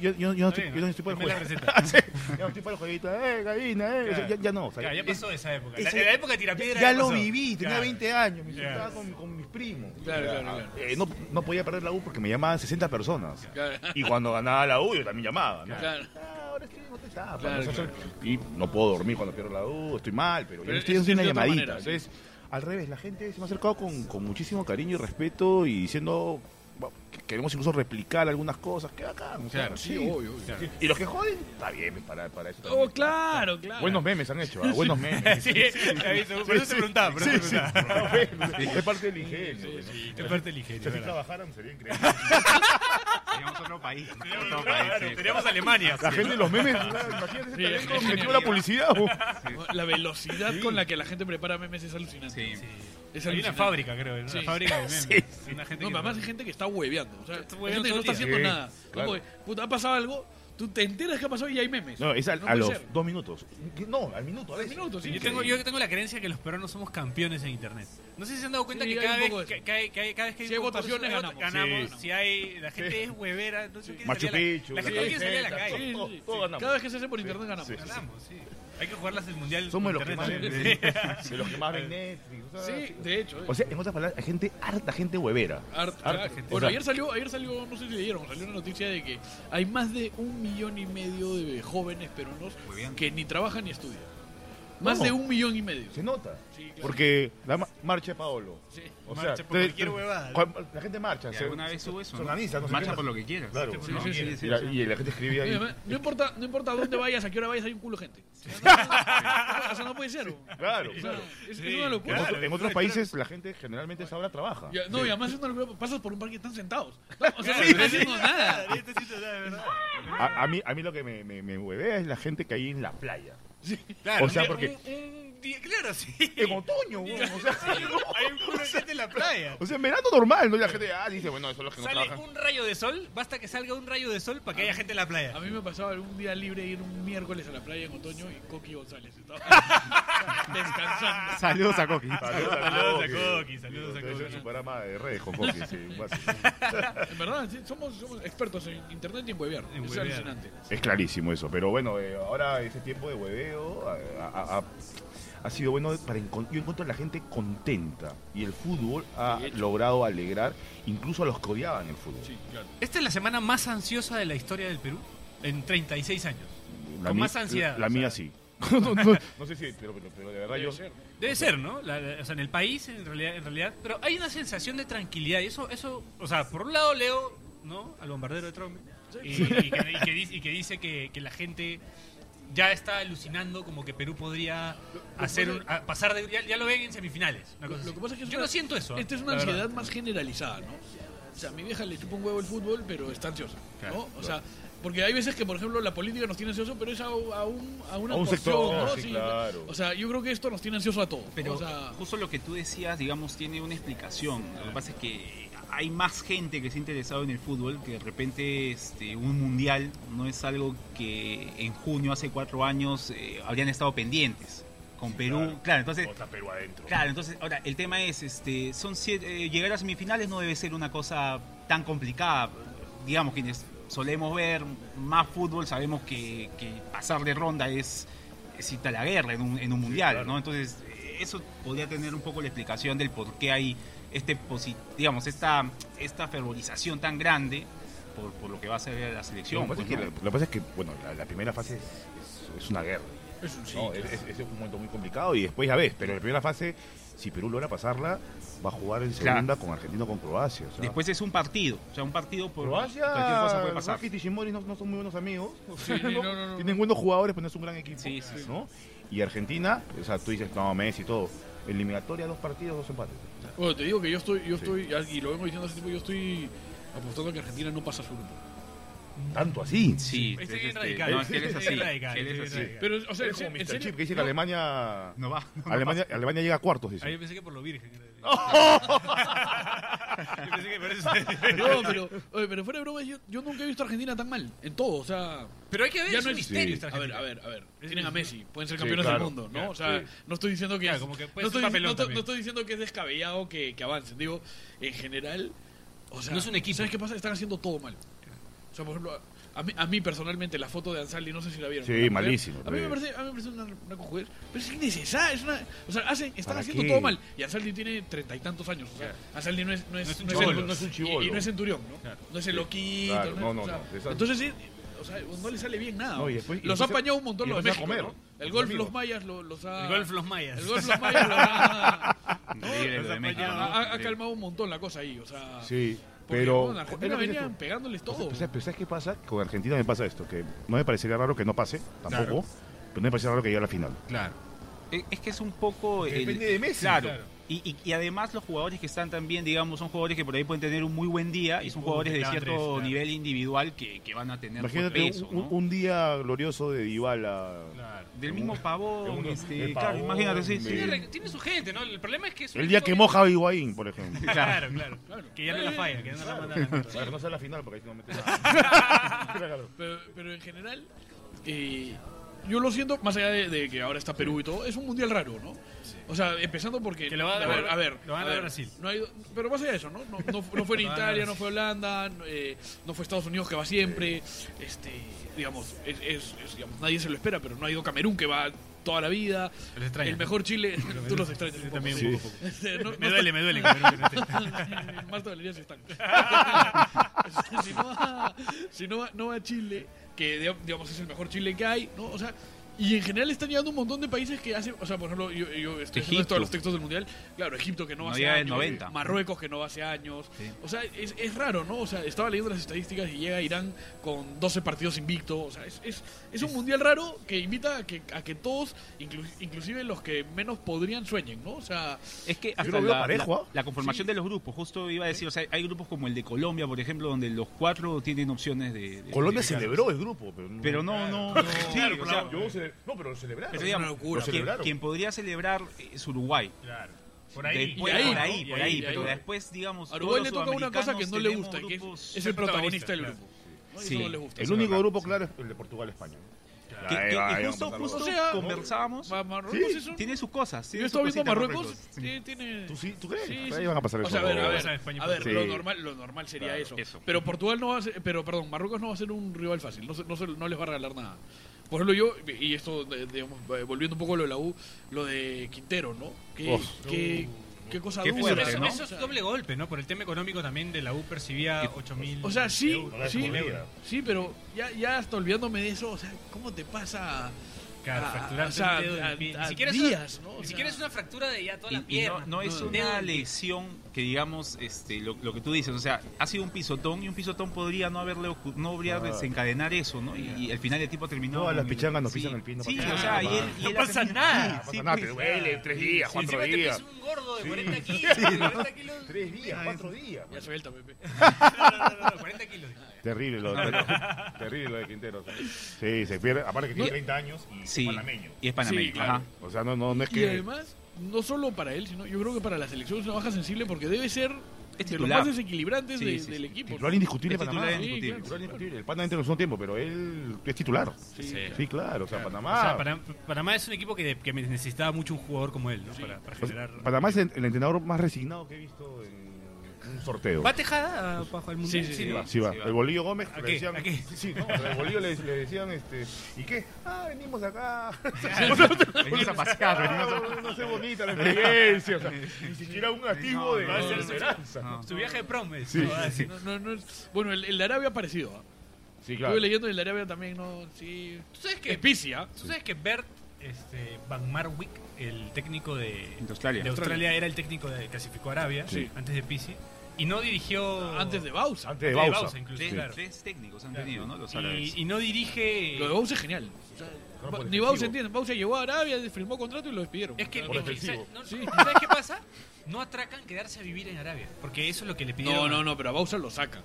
Speaker 3: yo, yo- yo no
Speaker 2: Está
Speaker 3: estoy,
Speaker 2: bien,
Speaker 3: yo no estoy para el
Speaker 2: cambié la
Speaker 3: juego.
Speaker 2: receta.
Speaker 3: Sí, ya no estoy para el jueguito, eh, gallina, eh. o sea, ya, ya no. o sea,
Speaker 2: Claro, ya
Speaker 3: es-
Speaker 2: pasó esa época. La,
Speaker 3: ese-
Speaker 2: la época de tirapiedra.
Speaker 3: ya lo
Speaker 2: pasó.
Speaker 3: viví, tenía
Speaker 2: Claro.
Speaker 3: 20 años, me
Speaker 2: Claro.
Speaker 3: juntaba con, con mis primos.
Speaker 4: Claro,
Speaker 3: O sea,
Speaker 4: claro, claro.
Speaker 3: eh, no, no podía perder la U porque me llamaban 60 personas.
Speaker 4: Claro.
Speaker 3: Y cuando ganaba la U, yo también llamaba. ¿no?
Speaker 4: Claro.
Speaker 3: Ah, ahora estoy en otra etapa,
Speaker 4: Claro,
Speaker 3: ¿no?
Speaker 4: claro.
Speaker 3: Y no puedo dormir cuando pierdo la U, estoy mal, pero, yo
Speaker 4: Pero
Speaker 3: estoy
Speaker 4: es-
Speaker 3: haciendo
Speaker 4: es
Speaker 3: una
Speaker 4: de otra
Speaker 3: llamadita.
Speaker 4: manera, sí.
Speaker 3: Entonces, al revés, la gente se me ha acercado con, con muchísimo cariño y respeto y diciendo bueno, que queremos incluso replicar algunas cosas. Qué bacán. o sea,
Speaker 2: Claro,
Speaker 4: Sí,
Speaker 3: sí.
Speaker 4: obvio, obvio.
Speaker 3: Y los que joden, está bien, pues, para, para eso.
Speaker 4: Oh,
Speaker 3: también.
Speaker 4: claro, claro.
Speaker 3: Buenos memes han hecho, ¿ah? buenos memes.
Speaker 2: Sí, ya viste, por eso se preguntaba. Por eso
Speaker 3: Sí,
Speaker 2: se
Speaker 3: sí.
Speaker 2: preguntaba.
Speaker 3: Es parte del ingenio. pues, ¿no?
Speaker 2: Es parte del
Speaker 3: Si
Speaker 2: ingenio.
Speaker 3: así
Speaker 2: ¿verdad?
Speaker 3: trabajaran sería increíble.
Speaker 1: Teníamos otro país. Otro
Speaker 2: Claro,
Speaker 1: país. sí.
Speaker 2: Teníamos Alemania.
Speaker 3: La gente de los memes, imagínate ese
Speaker 4: Sí,
Speaker 3: talento
Speaker 4: es
Speaker 3: metido en la publicidad. ¿o?
Speaker 4: La velocidad con la que la gente prepara memes es alucinante.
Speaker 1: Sí.
Speaker 2: Sí.
Speaker 4: Es
Speaker 2: Hay una
Speaker 4: alucinante.
Speaker 2: fábrica, creo. ¿no?
Speaker 4: Sí.
Speaker 2: Una fábrica de memes. Una gente
Speaker 4: No,
Speaker 2: que-
Speaker 4: pero además hay gente que está hueveando. O sea, hay
Speaker 2: hueveando
Speaker 4: gente que no
Speaker 2: todo
Speaker 4: está
Speaker 2: el día.
Speaker 4: haciendo
Speaker 3: Sí,
Speaker 4: nada.
Speaker 3: claro.
Speaker 4: Como que, puta, ha pasado algo, tú te enteras que ha pasado y hay memes.
Speaker 3: No, es al- a
Speaker 4: puede
Speaker 3: los
Speaker 4: ser.
Speaker 3: dos minutos. No, al minuto, a veces.
Speaker 4: minuto, sí.
Speaker 2: Yo tengo, yo tengo la creencia que los peruanos somos campeones en internet. No sé si se han dado cuenta
Speaker 4: Sí,
Speaker 2: que
Speaker 4: hay
Speaker 2: cada
Speaker 4: un
Speaker 2: vez
Speaker 4: poco de
Speaker 2: que,
Speaker 4: eso.
Speaker 2: que hay- que hay- cada vez que hay
Speaker 4: Si hay
Speaker 2: concurso,
Speaker 4: votaciones,
Speaker 2: hay-
Speaker 4: ganamos.
Speaker 2: ganamos.
Speaker 3: Sí.
Speaker 2: Si hay la gente es huevera, no sé qué
Speaker 3: Machu Picchu,
Speaker 2: La gente no
Speaker 3: la
Speaker 2: quiere salir a la
Speaker 3: camiseta,
Speaker 2: calle.
Speaker 4: Sí,
Speaker 3: Todo-
Speaker 4: sí, sí.
Speaker 3: todo ganamos.
Speaker 4: Cada vez que se hace por internet ganamos.
Speaker 3: Sí,
Speaker 2: Ganamos, sí. Hay que jugarlas el mundial.
Speaker 3: Somos
Speaker 2: por
Speaker 3: de los que más
Speaker 2: internet
Speaker 3: ven
Speaker 2: también.
Speaker 3: Netflix, de los que más ven Netflix. o sea,
Speaker 4: Sí, de hecho. eh.
Speaker 3: O sea, en otras palabras, hay gente harta, gente huevera.
Speaker 4: Harta-
Speaker 3: harta
Speaker 4: claro.
Speaker 3: gente.
Speaker 4: Bueno,
Speaker 3: O sea,
Speaker 4: ayer salió, ayer salió, no sé si leyeron, salió una noticia de que hay más de un millón y medio de jóvenes peruanos
Speaker 1: Muy bien.
Speaker 4: que ni trabajan ni estudian. Más
Speaker 3: No.
Speaker 4: de un millón y medio.
Speaker 3: Se nota.
Speaker 4: Sí, claro.
Speaker 3: Porque la ma- marcha de Paolo.
Speaker 4: Sí.
Speaker 3: O
Speaker 2: Marcha
Speaker 3: sea,
Speaker 2: por
Speaker 3: te-
Speaker 2: cualquier
Speaker 3: te-
Speaker 2: huevada.
Speaker 3: cuan- La gente marcha.
Speaker 1: Y
Speaker 3: se-
Speaker 1: alguna
Speaker 3: se-
Speaker 1: vez hubo eso.
Speaker 3: Se
Speaker 1: ¿no?
Speaker 3: organiza. no sé
Speaker 1: Marcha
Speaker 3: qué.
Speaker 1: por lo que quieras.
Speaker 3: Claro.
Speaker 4: Sí, sí, sí.
Speaker 3: Y la, y la gente escribía
Speaker 4: Y
Speaker 3: ahí.
Speaker 4: además, No importa, no importa dónde vayas, a qué hora vayas, hay un culo de gente. O sea, no- o sea, no puede ser. O
Speaker 3: Claro.
Speaker 4: sea,
Speaker 3: claro.
Speaker 4: es,
Speaker 2: Sí,
Speaker 4: es una locura.
Speaker 3: En otro-
Speaker 2: claro,
Speaker 3: en otros
Speaker 2: claro.
Speaker 3: países la gente generalmente a esa hora trabaja.
Speaker 4: Ya, no,
Speaker 3: Sí.
Speaker 4: y además es una locura. Pasas por un parque y están sentados. No, o sea,
Speaker 2: Claro,
Speaker 4: no están
Speaker 2: sí.
Speaker 4: haciendo nada.
Speaker 2: Nadie te siente nada, de verdad.
Speaker 3: A, a mí, a mí lo que me, me, me huevea es la gente que hay en la playa.
Speaker 2: Claro,
Speaker 3: O sea,
Speaker 2: un día-
Speaker 3: porque-
Speaker 2: un- un día- Claro, sí.
Speaker 3: En otoño, huevón, o sea,
Speaker 2: Sí, Hay un culo de gente en la playa.
Speaker 3: O sea, en verano normal, ¿no? Y la gente ah, dice, bueno, eso es los que no
Speaker 2: Sale
Speaker 3: trabajan.
Speaker 2: un rayo de sol, basta que salga un rayo de sol para que haya gente en la
Speaker 4: A
Speaker 2: playa.
Speaker 4: mí me pasaba algún día libre ir un miércoles a la playa en otoño y Coqui González estaba descansando.
Speaker 5: Saludos a Coqui.
Speaker 3: Saludos
Speaker 2: Saludos a Coqui, saludos a
Speaker 3: Entonces,
Speaker 2: Coqui.
Speaker 3: Su programa de redes con Coqui, sí, un base.
Speaker 4: En verdad, sí, somos, somos expertos en internet y en huevear.
Speaker 2: En
Speaker 4: es
Speaker 2: huevear.
Speaker 4: alucinante.
Speaker 3: Es clarísimo eso, pero bueno, eh, ahora ese tiempo de hueveo ha, ha- ha- ha sido bueno para encon- yo encuentro a la gente contenta y el fútbol ha
Speaker 4: De hecho.
Speaker 3: logrado alegrar incluso a los que odiaban el fútbol.
Speaker 4: Sí, claro.
Speaker 2: Esta es la semana más ansiosa de la historia del Perú en 36 años. con más ansiedad,
Speaker 3: La
Speaker 2: o
Speaker 3: mía
Speaker 2: sea.
Speaker 3: sí. no, no- no sé si, pero, pero- pero de verdad
Speaker 4: Debe
Speaker 3: yo...
Speaker 4: ser, ¿no?
Speaker 2: Debe ser, ¿no? La- la- o sea, en el país, en realidad, en realidad. Pero hay una sensación de tranquilidad. Y eso, eso o sea, por un lado leo, ¿no? Al bombardero de Trump. Y, y que, y que dice, y que, dice que, que la gente ya está alucinando como que Perú podría hacer un- a- pasar de... Ya, ya lo ven en semifinales. una
Speaker 4: Lo,
Speaker 2: cosa
Speaker 4: lo
Speaker 2: así.
Speaker 4: que pasa es que es
Speaker 2: Yo
Speaker 4: una-
Speaker 2: no siento eso. ¿ah?
Speaker 4: Esta es una
Speaker 2: La verdad.
Speaker 4: ansiedad más generalizada, ¿no? O sea, a mi vieja le chupa un huevo el fútbol, pero está ansiosa, ¿no? O sea, porque hay veces que, por ejemplo, la política nos tiene ansioso, pero es a, a un, a una
Speaker 3: A un
Speaker 4: porción,
Speaker 3: sector, Ah,
Speaker 4: ¿no?
Speaker 3: sí, claro.
Speaker 4: O sea, yo creo que esto nos tiene ansioso a todos.
Speaker 1: Pero
Speaker 4: o sea,
Speaker 1: justo lo que tú decías, digamos, tiene una explicación. Lo que pasa es que hay más gente que se ha interesado en el fútbol, que de repente este, un mundial no es algo que en junio, hace cuatro años, eh, habrían estado pendientes. Con Perú, claro, entonces...
Speaker 3: Otra Perú adentro.
Speaker 1: Claro, entonces, ahora, el tema es, este, son siete- eh, llegar a semifinales no debe ser una cosa tan complicada. Digamos, quienes solemos ver más fútbol sabemos que, que pasar de ronda es, es irte a la guerra en un, en un mundial,
Speaker 3: claro.
Speaker 1: ¿no? Entonces, eh, eso podría tener un poco la explicación del por qué hay este, posi- digamos, esta, esta fervorización tan grande por, por lo que va a ser la selección.
Speaker 3: Lo que pasa es
Speaker 1: pues,
Speaker 3: que,
Speaker 1: ¿no?
Speaker 3: la- lo que pasa es que, bueno, la, la primera fase es, es- es una guerra.
Speaker 4: es un sí.
Speaker 3: ¿no? eh, Es- es, es un momento muy complicado y después ya ves, pero la primera fase, si Perú logra pasarla, va a jugar en
Speaker 1: Claro.
Speaker 3: segunda con Argentina o con Croacia. o sea.
Speaker 1: Después es un partido, o sea, un partido por cualquier cosa
Speaker 3: Croacia,
Speaker 1: puede pasar.
Speaker 3: Raki y Tishimori no, no son muy buenos amigos. o
Speaker 4: Sí,
Speaker 3: sea,
Speaker 4: sí,
Speaker 3: ¿no?
Speaker 4: no, no, no.
Speaker 3: Tienen buenos jugadores, pero no es un gran equipo.
Speaker 1: Sí, sí, sí.
Speaker 3: ¿no? Y Argentina, o sea, tú dices, no, Messi y todo. Eliminatoria, dos partidos, dos empates.
Speaker 4: Bueno, te digo que yo estoy, yo
Speaker 3: Sí.
Speaker 4: estoy, y lo vengo diciendo hace tiempo, yo estoy apostando a que Argentina no pasa a su grupo.
Speaker 3: Tanto así.
Speaker 1: Sí,
Speaker 2: Estoy
Speaker 1: es
Speaker 2: bien
Speaker 1: este-
Speaker 2: radical.
Speaker 1: no, es que él es
Speaker 2: Estoy bien
Speaker 1: así,
Speaker 2: radical,
Speaker 1: él es
Speaker 2: estoy bien
Speaker 1: así.
Speaker 2: radical.
Speaker 4: Pero, o sea,
Speaker 3: Es como
Speaker 4: en- en
Speaker 3: Mr.
Speaker 4: serio-
Speaker 3: Chip que dice que Alemania,
Speaker 1: No va. no
Speaker 3: Alemania, Alemania llega a cuartos,
Speaker 2: Ah,
Speaker 3: dice.
Speaker 2: yo pensé que por lo virgen. era. yo pensé que por eso.
Speaker 4: No, pero, oye, pero fuera de broma, yo, yo nunca he visto a Argentina tan mal, en todo, o sea...
Speaker 2: Pero hay que ver,
Speaker 4: Ya
Speaker 2: es
Speaker 4: no
Speaker 2: un
Speaker 4: es-
Speaker 2: misterio.
Speaker 3: sí.
Speaker 2: esta
Speaker 4: A ver,
Speaker 2: Argentina.
Speaker 4: a ver, a ver.
Speaker 2: Es
Speaker 4: Tienen a
Speaker 2: un-
Speaker 4: Messi, pueden ser
Speaker 3: Sí,
Speaker 4: campeones
Speaker 3: claro,
Speaker 4: del mundo, ¿no?
Speaker 2: claro,
Speaker 4: o sea,
Speaker 2: sí.
Speaker 4: no estoy diciendo que
Speaker 2: Claro,
Speaker 4: es,
Speaker 2: como que puede
Speaker 4: no,
Speaker 2: ser
Speaker 4: estoy,
Speaker 2: papelón
Speaker 4: no to-
Speaker 2: también.
Speaker 4: no estoy diciendo que es descabellado que, que avancen, digo, en general, o sea,
Speaker 2: No es un equipo.
Speaker 4: ¿Sabes qué pasa? Están haciendo todo mal. O sea, por ejemplo, a- a mí, a mí personalmente la foto de Ansaldi, no sé si la vieron.
Speaker 3: Sí,
Speaker 4: la mujer,
Speaker 3: malísimo,
Speaker 4: A mí
Speaker 3: pero-
Speaker 4: me parece, a mí me parece una, una cojudez, pero es innecesaria, es una, o sea, hacen, están
Speaker 3: ¿Para
Speaker 4: haciendo
Speaker 3: qué?
Speaker 4: todo mal y Ansaldi tiene treinta y tantos años, o sea, Ansaldi no es no es
Speaker 2: No es un
Speaker 4: el-
Speaker 2: chibolo.
Speaker 4: no es
Speaker 3: Y-
Speaker 4: y, y no es centurión, ¿no?
Speaker 2: Claro.
Speaker 4: No es el loquito,
Speaker 3: Claro, no,
Speaker 4: es-
Speaker 3: no,
Speaker 4: o sea,
Speaker 3: no, esa-
Speaker 4: Entonces sí, o sea, no le sale bien nada. pues.
Speaker 3: No, y después- y
Speaker 4: los ha
Speaker 3: después-
Speaker 4: apañado un montón
Speaker 3: y
Speaker 4: los de
Speaker 3: después a
Speaker 4: México,
Speaker 3: comer,
Speaker 4: ¿no? El
Speaker 3: los
Speaker 4: golf
Speaker 3: amigos.
Speaker 4: los mayas lo- los ha
Speaker 2: Ah, El golf los mayas.
Speaker 4: el golf los mayas los ha,
Speaker 1: Increíble lo de México,
Speaker 4: ha-
Speaker 1: ¿no? Ah,
Speaker 4: ha- ha calmado un montón la cosa ahí, o sea,
Speaker 3: Sí,
Speaker 4: porque,
Speaker 3: pero.
Speaker 4: bueno, en Argentina
Speaker 3: Era que
Speaker 4: venían
Speaker 3: esto-
Speaker 4: pegándoles todo.
Speaker 3: O sea, pero ¿sabes qué pasa? Con Argentina me pasa esto, que no me parecería raro que no pase, tampoco, pero no me parecería raro que llegue a la final.
Speaker 2: Claro.
Speaker 1: eh, es que es un poco... el-
Speaker 3: Depende de Messi.
Speaker 1: Claro.
Speaker 2: Claro.
Speaker 1: Y, y- y además los jugadores que están también, digamos, son jugadores que por ahí pueden tener un muy buen día y son
Speaker 2: Y
Speaker 1: jugadores de
Speaker 2: juegan
Speaker 1: cierto
Speaker 2: tres, claro.
Speaker 1: nivel individual que, que van a tener
Speaker 3: Imagínate un,
Speaker 1: peso,
Speaker 3: un-
Speaker 1: ¿no?
Speaker 3: un día glorioso de Dybala.
Speaker 2: Claro.
Speaker 1: Del
Speaker 3: un-
Speaker 1: mismo pavón,
Speaker 3: un-
Speaker 1: este,
Speaker 3: el
Speaker 1: claro,
Speaker 3: Pavón,
Speaker 1: imagínate, sí, sí.
Speaker 3: el-
Speaker 2: Tiene, re- tiene su gente, ¿no? El problema es que es un
Speaker 3: El día
Speaker 2: equipo
Speaker 3: que moja a Higuaín, por ejemplo.
Speaker 2: Claro, claro.
Speaker 4: Claro.
Speaker 2: Que ya no la falla, que ya no la manda. a la mierda.
Speaker 3: Bueno, no sea la final porque ahí no mete nada.
Speaker 4: Pero, pero en general, eh, yo lo siento, más allá de, de que ahora está Perú y todo, es un mundial raro, ¿no? O sea, empezando porque.
Speaker 2: Que lo va a-
Speaker 4: ver, a ver.
Speaker 2: lo van a
Speaker 4: ver,
Speaker 2: dar Brasil.
Speaker 4: no ha ido- pero más allá de eso, ¿no? No, no- no fue en
Speaker 2: Lo van a dar
Speaker 4: Italia, no
Speaker 2: Brasil.
Speaker 4: fue Holanda, no, eh, no fue Estados Unidos que va siempre. Este, digamos, es, es- es, digamos, nadie se lo espera, pero no ha ido Camerún que va toda la vida.
Speaker 2: Los extraño.
Speaker 4: El mejor Chile, tú los extrañas. un
Speaker 2: Yo
Speaker 4: poco,
Speaker 2: también
Speaker 4: sí.
Speaker 2: un poco.
Speaker 4: Este, no-
Speaker 2: Me
Speaker 4: no
Speaker 2: duele, me duele. que Perú no esté. este.
Speaker 4: más dolerías están. si no, va, si no, va- no va a Chile, que de- digamos es el mejor Chile que hay, ¿no? O sea, y en general están llegando un montón de países que hacen, o sea, por ejemplo, yo, yo estoy haciendo
Speaker 1: Egipto.
Speaker 4: todos los textos del Mundial, claro, Egipto que no va
Speaker 1: No
Speaker 4: hace
Speaker 1: llega el
Speaker 4: años,
Speaker 1: 90.
Speaker 4: Marruecos que no va hace años,
Speaker 1: Sí.
Speaker 4: o sea, es, es raro, ¿no? O sea, estaba leyendo las estadísticas y llega Irán con 12 partidos invicto, o sea, es, es, es un Mundial raro que invita a que, a que todos, inclu- inclusive los que menos podrían, sueñen, ¿no? O sea,
Speaker 1: Es que hasta
Speaker 3: lo veo
Speaker 1: la,
Speaker 3: parejo,
Speaker 1: la-
Speaker 3: ¿ah?
Speaker 1: la conformación de los grupos, justo iba a decir, o sea, hay grupos como el de Colombia, por ejemplo, donde los cuatro tienen opciones de... de-
Speaker 3: Colombia
Speaker 1: de-
Speaker 3: celebró el grupo, pero no.
Speaker 1: Pero no, no, no.
Speaker 3: Sí,
Speaker 1: Claro,
Speaker 3: o sea,
Speaker 1: claro.
Speaker 3: yo cele- no, pero lo celebraron.
Speaker 1: Pero
Speaker 4: es una
Speaker 1: digamos,
Speaker 4: locura.
Speaker 1: quien-
Speaker 3: celebraron.
Speaker 1: quien podría celebrar es Uruguay.
Speaker 2: Claro. Por ahí.
Speaker 1: Después,
Speaker 4: Y ahí,
Speaker 1: por
Speaker 4: ¿no?
Speaker 1: ahí,
Speaker 2: Y
Speaker 1: por ahí,
Speaker 2: y
Speaker 1: pero
Speaker 4: ahí.
Speaker 1: después, digamos.
Speaker 4: A
Speaker 1: todos
Speaker 4: Uruguay le
Speaker 1: los
Speaker 4: toca una cosa que no le
Speaker 1: sudamericanos
Speaker 4: gusta, que es-
Speaker 1: tenemos
Speaker 4: es, el
Speaker 2: Ser protagonista,
Speaker 4: protagonista del
Speaker 2: claro.
Speaker 4: grupo. ¿no? Y
Speaker 1: Sí.
Speaker 4: eso no le gusta.
Speaker 3: El único grupo claro es el de Portugal-España.
Speaker 1: grupos que- que- que justo, justo
Speaker 4: O sea,
Speaker 1: conversamos.
Speaker 4: Ma- Marruecos
Speaker 3: Sí.
Speaker 4: es un-
Speaker 1: Tiene sus cosas.
Speaker 4: Yo
Speaker 1: tiene sus
Speaker 4: estaba viendo
Speaker 1: cositas
Speaker 4: Marruecos,
Speaker 1: Marruecos.
Speaker 4: sí, tiene...
Speaker 3: ¿Tú, sí, ¿Tú crees?
Speaker 4: Sí,
Speaker 3: Ahí
Speaker 4: sí.
Speaker 3: van a pasar
Speaker 4: O
Speaker 3: esos
Speaker 4: sea, a ver, a
Speaker 3: dos.
Speaker 4: ver,
Speaker 2: España y
Speaker 4: a ver,
Speaker 3: Portugal.
Speaker 4: lo
Speaker 3: Sí.
Speaker 4: normal, lo normal sería
Speaker 1: Claro,
Speaker 4: eso.
Speaker 1: eso.
Speaker 4: Pero Portugal no va a ser, pero perdón, Marruecos no va a ser un rival fácil, no, se- no, se- no les va a regalar nada. Por ejemplo, yo, y esto, de- digamos, eh, volviendo un poco a lo de la U, lo de Quintero, ¿no? Qué,
Speaker 3: Uf.
Speaker 4: qué, qué cosa
Speaker 1: Qué
Speaker 4: dura.
Speaker 2: Pero
Speaker 1: fuerte,
Speaker 2: eso,
Speaker 1: ¿no?
Speaker 2: eso es doble golpe, ¿no? Por el tema económico también de la U percibía 8 mil.
Speaker 4: O sea, sí,
Speaker 3: Ahora es
Speaker 4: sí,
Speaker 3: comida.
Speaker 4: sí, pero ya, ya hasta olvidándome de eso, o sea, ¿cómo te pasa?
Speaker 2: Claro,
Speaker 4: a-
Speaker 2: fracturarte
Speaker 4: o sea,
Speaker 2: un dedo del
Speaker 4: a-
Speaker 2: pie.
Speaker 4: a
Speaker 2: Ni siquiera es
Speaker 4: días,
Speaker 2: una-
Speaker 4: ¿no? O
Speaker 2: Ni
Speaker 4: sea,
Speaker 2: siquiera es una fractura de ya toda la
Speaker 1: Y, y
Speaker 2: pierna.
Speaker 1: no, no es
Speaker 4: no.
Speaker 1: una lesión que digamos este, lo, lo que tú dices, o sea, ha sido un pisotón y un pisotón podría no haberle ocu- no habría
Speaker 3: Ah.
Speaker 1: desencadenar eso, ¿no? Y, y al final el tipo terminó.
Speaker 3: No, a las
Speaker 1: con el-
Speaker 3: pichangas nos
Speaker 1: sí.
Speaker 3: pisan el pie, no
Speaker 1: Sí,
Speaker 3: pasa
Speaker 1: o
Speaker 3: nada.
Speaker 1: sea, y él, y
Speaker 2: No
Speaker 1: él
Speaker 2: pasa
Speaker 1: hace-
Speaker 2: nada, no
Speaker 1: sí, sí,
Speaker 3: Pasa nada,
Speaker 1: pues.
Speaker 3: te duele tres días,
Speaker 2: Si
Speaker 3: cuatro
Speaker 2: encima te
Speaker 3: días.
Speaker 2: pesa un gordo de
Speaker 3: Sí.
Speaker 2: 40 kilos, de 40 kilos.
Speaker 3: Tres días, cuatro días.
Speaker 4: Ya suelta, Pepe.
Speaker 2: No, no, no, no, 40 kilos.
Speaker 3: Terrible lo, de- terrible lo de Quintero. Sí, se pierde. Aparte que tiene 30 años y
Speaker 1: Sí,
Speaker 3: es panameño.
Speaker 1: y es panameño.
Speaker 4: Sí, claro.
Speaker 1: ajá.
Speaker 3: O sea, no, no, no es
Speaker 4: Y
Speaker 3: que.
Speaker 4: además, no solo para él, sino yo creo que para la selección es una baja sensible porque debe ser
Speaker 1: Es
Speaker 4: de los
Speaker 1: titular.
Speaker 4: más desequilibrantes
Speaker 1: Sí,
Speaker 4: de-
Speaker 1: sí,
Speaker 4: del
Speaker 1: sí.
Speaker 4: equipo.
Speaker 3: Titular indiscutible
Speaker 1: Es
Speaker 3: Panamá.
Speaker 1: titular
Speaker 4: Sí,
Speaker 1: indiscutible.
Speaker 4: claro.
Speaker 3: Titular indiscutible. El Panamá entra en segundo tiempo, pero él es titular.
Speaker 4: Sí, claro.
Speaker 3: Sí, claro. O sea, Panamá.
Speaker 2: O sea, Panam- Panamá es un equipo que, que necesitaba mucho un jugador como él, ¿no? Para, para
Speaker 3: O sea,
Speaker 2: generar.
Speaker 3: Panamá es el, el entrenador más resignado que he visto en un sorteo.
Speaker 2: ¿Va Tejada a- para jugar al mundial?
Speaker 4: Sí, sí,
Speaker 3: Sí,
Speaker 4: sí.
Speaker 3: va, sí, va.
Speaker 1: sí va.
Speaker 3: El Bolillo Gómez
Speaker 2: ¿A
Speaker 3: le
Speaker 2: qué?
Speaker 3: decían.
Speaker 2: ¿A qué?
Speaker 3: Sí, no, el Bolillo le, le decían, este. ¿Y qué? Ah, venimos de acá.
Speaker 1: Venimos a pasear, venimos a-
Speaker 3: Ah, No sé bonita la experiencia. o sea, ni siquiera un activo
Speaker 1: No,
Speaker 3: de
Speaker 1: no,
Speaker 3: de
Speaker 2: no, no.
Speaker 3: esperanza.
Speaker 1: No.
Speaker 2: Su viaje de prom es.
Speaker 3: Sí,
Speaker 2: ¿no? Ah,
Speaker 3: sí,
Speaker 4: No, no, no es- bueno, el, el de Arabia ha parecido. ¿ah?
Speaker 3: Sí,
Speaker 4: Estuve leyendo el de Arabia también, ¿no? Sí.
Speaker 2: ¿Tú sabes que,
Speaker 4: Espicia.
Speaker 2: ¿tú sabes que Bert este, Van Marwick, el técnico de,
Speaker 1: De Australia.
Speaker 2: de Australia, era el técnico de clasificó a Arabia
Speaker 3: Sí.
Speaker 2: antes de Pisi y no dirigió.
Speaker 4: Antes de Bausa.
Speaker 2: Antes
Speaker 3: Antes de
Speaker 2: de
Speaker 3: Bausa.
Speaker 2: Bausa, incluso,
Speaker 1: Tres,
Speaker 2: claro.
Speaker 1: tres técnicos han
Speaker 2: Claro.
Speaker 1: tenido, ¿no? Los árabes.
Speaker 2: Y, y no dirige.
Speaker 4: Lo de Bausa es genial. O sea,
Speaker 3: Claro, por
Speaker 4: ni
Speaker 3: defensivo.
Speaker 4: Bausa entiende. Bausa llegó a Arabia, firmó contrato y lo despidieron.
Speaker 2: Es que,
Speaker 4: O sea,
Speaker 3: Por
Speaker 2: es que,
Speaker 3: defensivo.
Speaker 2: ¿sabes- no-
Speaker 4: Sí.
Speaker 2: ¿Sabes qué pasa? No atracan quedarse a vivir en Arabia. Porque eso es lo que le
Speaker 4: No,
Speaker 2: pidieron.
Speaker 4: no, no, pero a Bausa lo saca.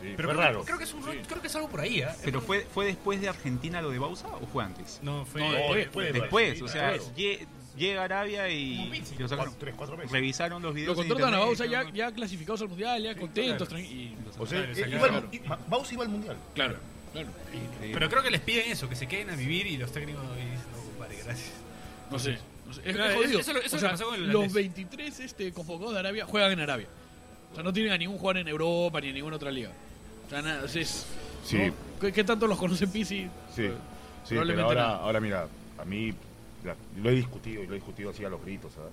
Speaker 3: Sí,
Speaker 2: Pero
Speaker 3: fue
Speaker 2: creo,
Speaker 3: raro.
Speaker 2: Creo que, es un, creo que es algo por ahí, ¿ah?
Speaker 1: Pero fue, fue después de Argentina lo de Bausa o fue antes?
Speaker 2: No, fue.
Speaker 4: No,
Speaker 3: No,
Speaker 4: después,
Speaker 1: Después, o sea,
Speaker 3: claro.
Speaker 1: lle- llega Arabia y,
Speaker 2: Como Pizzi.
Speaker 1: y lo sacaron.
Speaker 3: Cuatro, tres, cuatro meses.
Speaker 1: Revisaron los
Speaker 4: Lo
Speaker 1: videos. "Eh, en
Speaker 4: contratan a
Speaker 1: internet,
Speaker 4: Bausa ya,
Speaker 1: ¿no?
Speaker 4: ya clasificados al mundial, ya contentos.
Speaker 2: claro.
Speaker 4: tranqui- y-
Speaker 3: O sea,
Speaker 2: Claro,
Speaker 3: eh,
Speaker 2: sacaron.
Speaker 3: iba al- i- Ma- Bausa iba al mundial.
Speaker 4: Claro, claro.
Speaker 2: Pero creo que les piden eso, que se queden a vivir y los técnicos dicen, no, compadre, gracias.
Speaker 4: No sé. No sé. Es
Speaker 2: Claro,
Speaker 4: es jodido.
Speaker 2: eso- eso es lo
Speaker 4: O sea,
Speaker 2: que pasó con el
Speaker 4: los
Speaker 2: holandés.
Speaker 4: 23 este, convocados de Arabia juegan en Arabia. O sea, no tienen a ningún jugador en Europa ni en ninguna otra liga. O sea, nada, o sea, es-
Speaker 3: Sí.
Speaker 4: ¿no? ¿Qué, qué tanto los conocen Pisi?
Speaker 3: Sí, sí
Speaker 4: Probablemente
Speaker 3: pero ahora,
Speaker 4: nada.
Speaker 3: ahora mira, a mí la- lo he discutido y lo he discutido así a los gritos, ¿sabes?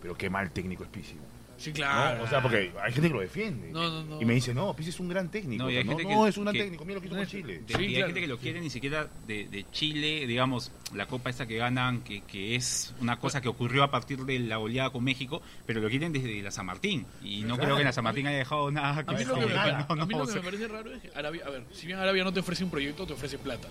Speaker 3: Pero qué mal técnico es Pizzi. ¿no?
Speaker 4: Sí, claro.
Speaker 3: O sea, porque hay gente que lo defiende.
Speaker 4: Ah, No, no, no.
Speaker 3: Y me dice, no, Pizzi es un gran técnico.
Speaker 1: No,
Speaker 3: No,
Speaker 1: y hay
Speaker 3: no,
Speaker 1: gente que-
Speaker 3: no, es un gran
Speaker 1: que-
Speaker 3: técnico, mira lo que hizo con Chile.
Speaker 1: De-
Speaker 4: Sí,
Speaker 1: y hay
Speaker 4: claro.
Speaker 1: gente que lo quiere ni siquiera de, de Chile, digamos, la copa esta que ganan, que, que es una cosa que ocurrió a partir de la goleada con México, pero lo quieren desde la San Martín. Y no
Speaker 3: Claro.
Speaker 1: creo que la San Martín haya dejado nada.
Speaker 4: A mí
Speaker 1: que-
Speaker 4: lo que, me,
Speaker 1: no,
Speaker 4: a mí
Speaker 1: no,
Speaker 4: lo
Speaker 1: o
Speaker 4: que
Speaker 1: sea,
Speaker 4: me parece raro es que Arabia, a ver, si bien Arabia no te ofrece un proyecto, te ofrece plata.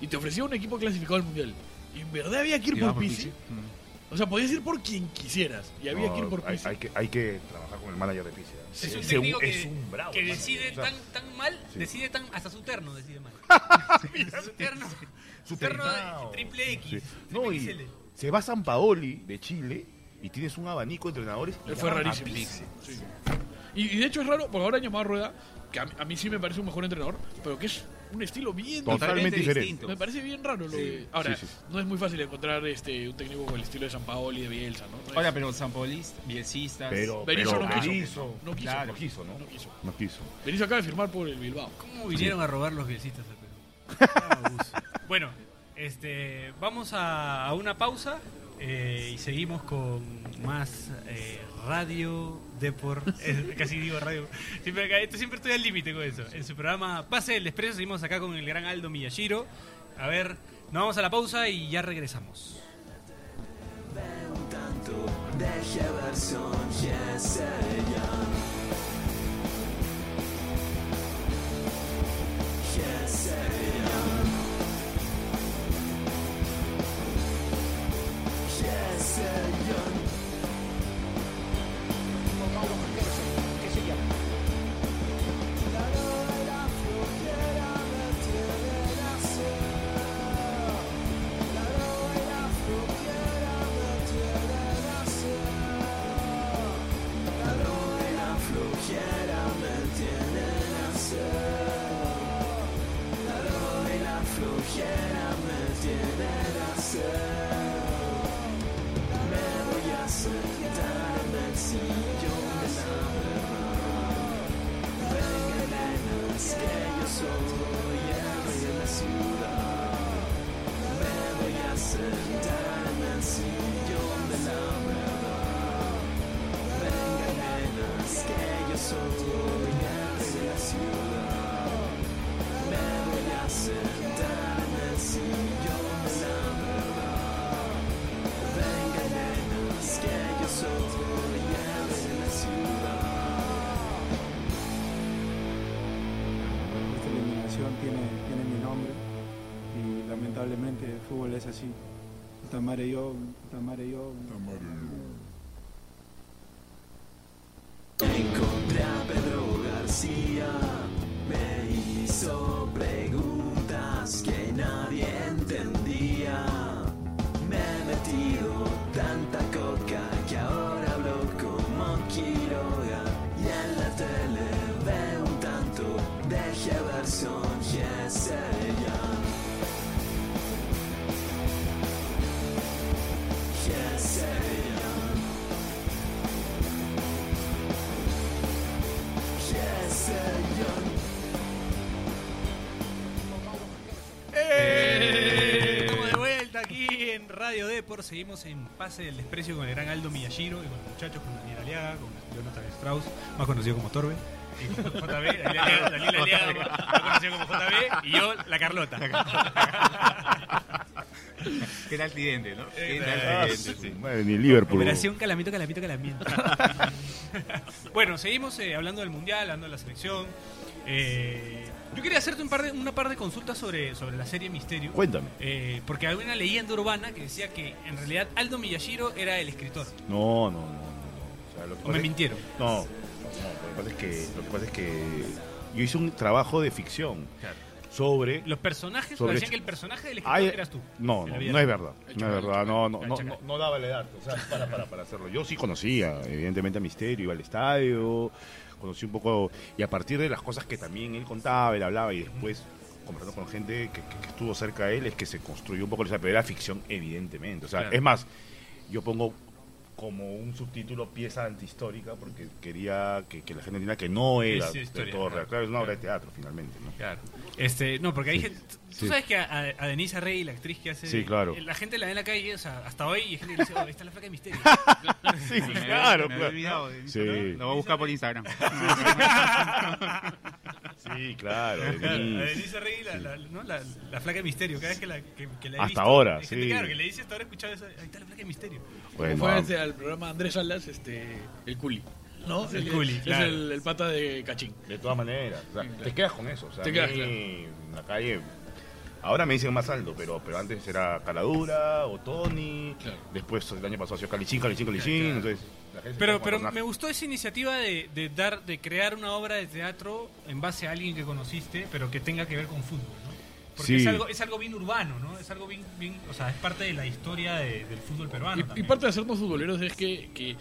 Speaker 4: Y te ofrecía un equipo clasificado al Mundial. Y en verdad había que ir
Speaker 1: ¿y va
Speaker 4: por
Speaker 1: por
Speaker 4: Pisi.
Speaker 1: Pizzi? Mm.
Speaker 4: O sea, podías ir por quien quisieras. Y había
Speaker 3: No,
Speaker 4: que ir por
Speaker 3: hay,
Speaker 4: Pizzi.
Speaker 3: hay que, hay que trabajar con el manager de Pizzi. ¿eh?
Speaker 5: Es un
Speaker 3: Ese
Speaker 5: técnico que,
Speaker 3: es un bravo.
Speaker 5: que
Speaker 3: hermano.
Speaker 5: decide
Speaker 3: O sea,
Speaker 5: tan, tan mal,
Speaker 3: sí.
Speaker 5: decide tan. Hasta su terno decide mal. su terno. Su terno
Speaker 3: Supernao.
Speaker 5: triple X.
Speaker 3: Sí.
Speaker 5: triple
Speaker 3: No,
Speaker 5: XL.
Speaker 3: y se va a San Paoli de Chile y tienes un abanico de entrenadores. y
Speaker 4: Eh, Fue
Speaker 3: llaman a
Speaker 4: rarísimo.
Speaker 3: Pizzi.
Speaker 4: Sí. Y, y de hecho es raro, porque ahora han llamado a Rueda, que a, mí- a mí sí me parece un mejor entrenador, pero que es un estilo bien
Speaker 3: Total. Totalmente diferente.
Speaker 1: distinto.
Speaker 4: Me parece bien raro lo de- Ahora,
Speaker 3: sí, sí.
Speaker 4: no es muy fácil encontrar este un técnico con el estilo de San Paolo y de Bielsa, ¿no? No
Speaker 1: Ahora,
Speaker 4: es-
Speaker 1: pero San Paulista, Bielcistas.
Speaker 3: Pero,
Speaker 4: Berizzo
Speaker 3: pero
Speaker 4: no quiso.
Speaker 3: Berizzo
Speaker 4: No quiso.
Speaker 1: claro.
Speaker 3: no quiso, ¿no?
Speaker 4: No quiso.
Speaker 3: No quiso.
Speaker 4: Berizzo acaba de firmar por el Bilbao.
Speaker 2: ¿Cómo vinieron a robar los bielcistas al Perú? bueno, este, vamos a, a una pausa eh, y seguimos con más eh, radio Depor. eh, casi digo radio. Siempre, acá- esto siempre estoy al límite con eso. En su programa Pase del Expreso seguimos acá con el gran Aldo Miyashiro. A ver, nos vamos a la pausa y ya regresamos.
Speaker 6: Esta eliminación tiene, tiene mi nombre y lamentablemente el fútbol es así. Tamare yo, tamare yo.
Speaker 2: Estamos de vuelta aquí en Radio Depor. Seguimos en Pase del Desprecio con el gran Aldo Miyashiro y con los muchachos, con Daniel Aliaga, con Jonathan Strauss, más conocido como Torbe. Y con JB, Daniel Aliaga, Daniel Aliaga, más conocido como JB, y yo, la Carlota.
Speaker 1: Qué tal cliente, ¿no? Qué
Speaker 2: Eh,
Speaker 1: tal
Speaker 3: Ah,
Speaker 1: cliente,
Speaker 3: su
Speaker 1: sí.
Speaker 3: madre, ni Liverpool.
Speaker 2: Operación Calamito, Calamito, Calamito. bueno, seguimos eh, hablando del Mundial, hablando de la selección. Eh, yo quería hacerte un par de, una par de consultas sobre, sobre la serie Misterio.
Speaker 3: Cuéntame.
Speaker 2: Eh, porque había una leyenda urbana que decía que en realidad Aldo Miyashiro era el escritor.
Speaker 3: No, no, no. no, no. O sea, lo
Speaker 2: O
Speaker 3: que
Speaker 2: me
Speaker 3: pasa es-
Speaker 2: mintieron.
Speaker 3: No, no, lo que pasa es que, lo que, pasa es que yo hice un trabajo de ficción sobre...
Speaker 2: Los personajes,
Speaker 3: Sobre
Speaker 2: parecían
Speaker 3: hecho.
Speaker 2: que el personaje del escritor
Speaker 3: Ay,
Speaker 2: eras tú.
Speaker 3: No,
Speaker 2: en la
Speaker 3: no,
Speaker 2: vida
Speaker 3: no es
Speaker 2: real.
Speaker 3: verdad.
Speaker 4: El
Speaker 3: No es
Speaker 4: chacal,
Speaker 3: verdad, no, no,
Speaker 2: el
Speaker 3: no,
Speaker 2: chacal.
Speaker 3: no- no daba la edad o sea, para, para, para hacerlo. Yo sí conocía, evidentemente, a Misterio, iba al estadio, conocí un poco, y a partir de las cosas que también él contaba, él hablaba, y después, comparando con gente que, que- que estuvo cerca de él, es que se construyó un poco esa, pero era ficción, evidentemente. O sea,
Speaker 2: Claro.
Speaker 3: es más, yo pongo como un subtítulo pieza antihistórica porque quería que, que la gente entienda que no era
Speaker 2: Es
Speaker 3: de
Speaker 2: historia,
Speaker 3: todo
Speaker 2: claro.
Speaker 3: real. Claro, es una obra de teatro, finalmente. ¿no?
Speaker 2: Claro. Este, no, porque hay gente. Tú
Speaker 3: sí.
Speaker 2: sabes que a, a- a Denise Rey, la actriz que hace.
Speaker 3: Sí, claro.
Speaker 2: La gente la ve en la calle, o sea, hasta hoy, y hay gente que dice, oh, ahí está la flaca de misterio.
Speaker 3: Sí,
Speaker 1: Me había- me había olvidado de-
Speaker 3: Sí.
Speaker 1: Lo voy a buscar por Instagram.
Speaker 3: Sí, claro.
Speaker 2: Claro,
Speaker 3: Denise.
Speaker 2: a Denise Rey, la, la- ¿no? la, la flaca de misterio, cada vez que la, que, que la he
Speaker 3: Hasta
Speaker 2: visto,
Speaker 3: ahora,
Speaker 2: hay gente,
Speaker 3: sí.
Speaker 2: Claro, que le dice hasta ahora he escuchado eso, ahí está la flaca de misterio.
Speaker 3: Bueno,
Speaker 4: Fue
Speaker 3: ah,
Speaker 4: este, al programa Andrés Salas, este, el culi. ¿No?
Speaker 2: El culi,
Speaker 4: es
Speaker 2: claro.
Speaker 4: el, el pata de Cachín.
Speaker 3: de todas maneras, o sea, te quedas con eso. O sea,
Speaker 4: Te
Speaker 3: a
Speaker 4: quedas,
Speaker 3: mí,
Speaker 4: claro.
Speaker 3: en la calle Ahora me dicen más Aldo, pero, pero antes era Caladura, Otoni,
Speaker 4: Claro.
Speaker 3: después el año pasado hacía Calichín, Calichín, Calichín,
Speaker 2: Claro.
Speaker 3: entonces... la gente
Speaker 2: Pero,
Speaker 3: se quedaba
Speaker 2: pero
Speaker 3: con personajes.
Speaker 2: me gustó esa iniciativa de, de dar, de crear una obra de teatro en base a alguien que conociste, pero que tenga que ver con fútbol, ¿no? Porque
Speaker 3: Sí.
Speaker 2: es, algo, es algo bien urbano, ¿no? Es algo bien, bien o sea, es parte de la historia de- del fútbol peruano.
Speaker 4: Y, y
Speaker 2: también.
Speaker 4: parte de hacernos futboleros es que, que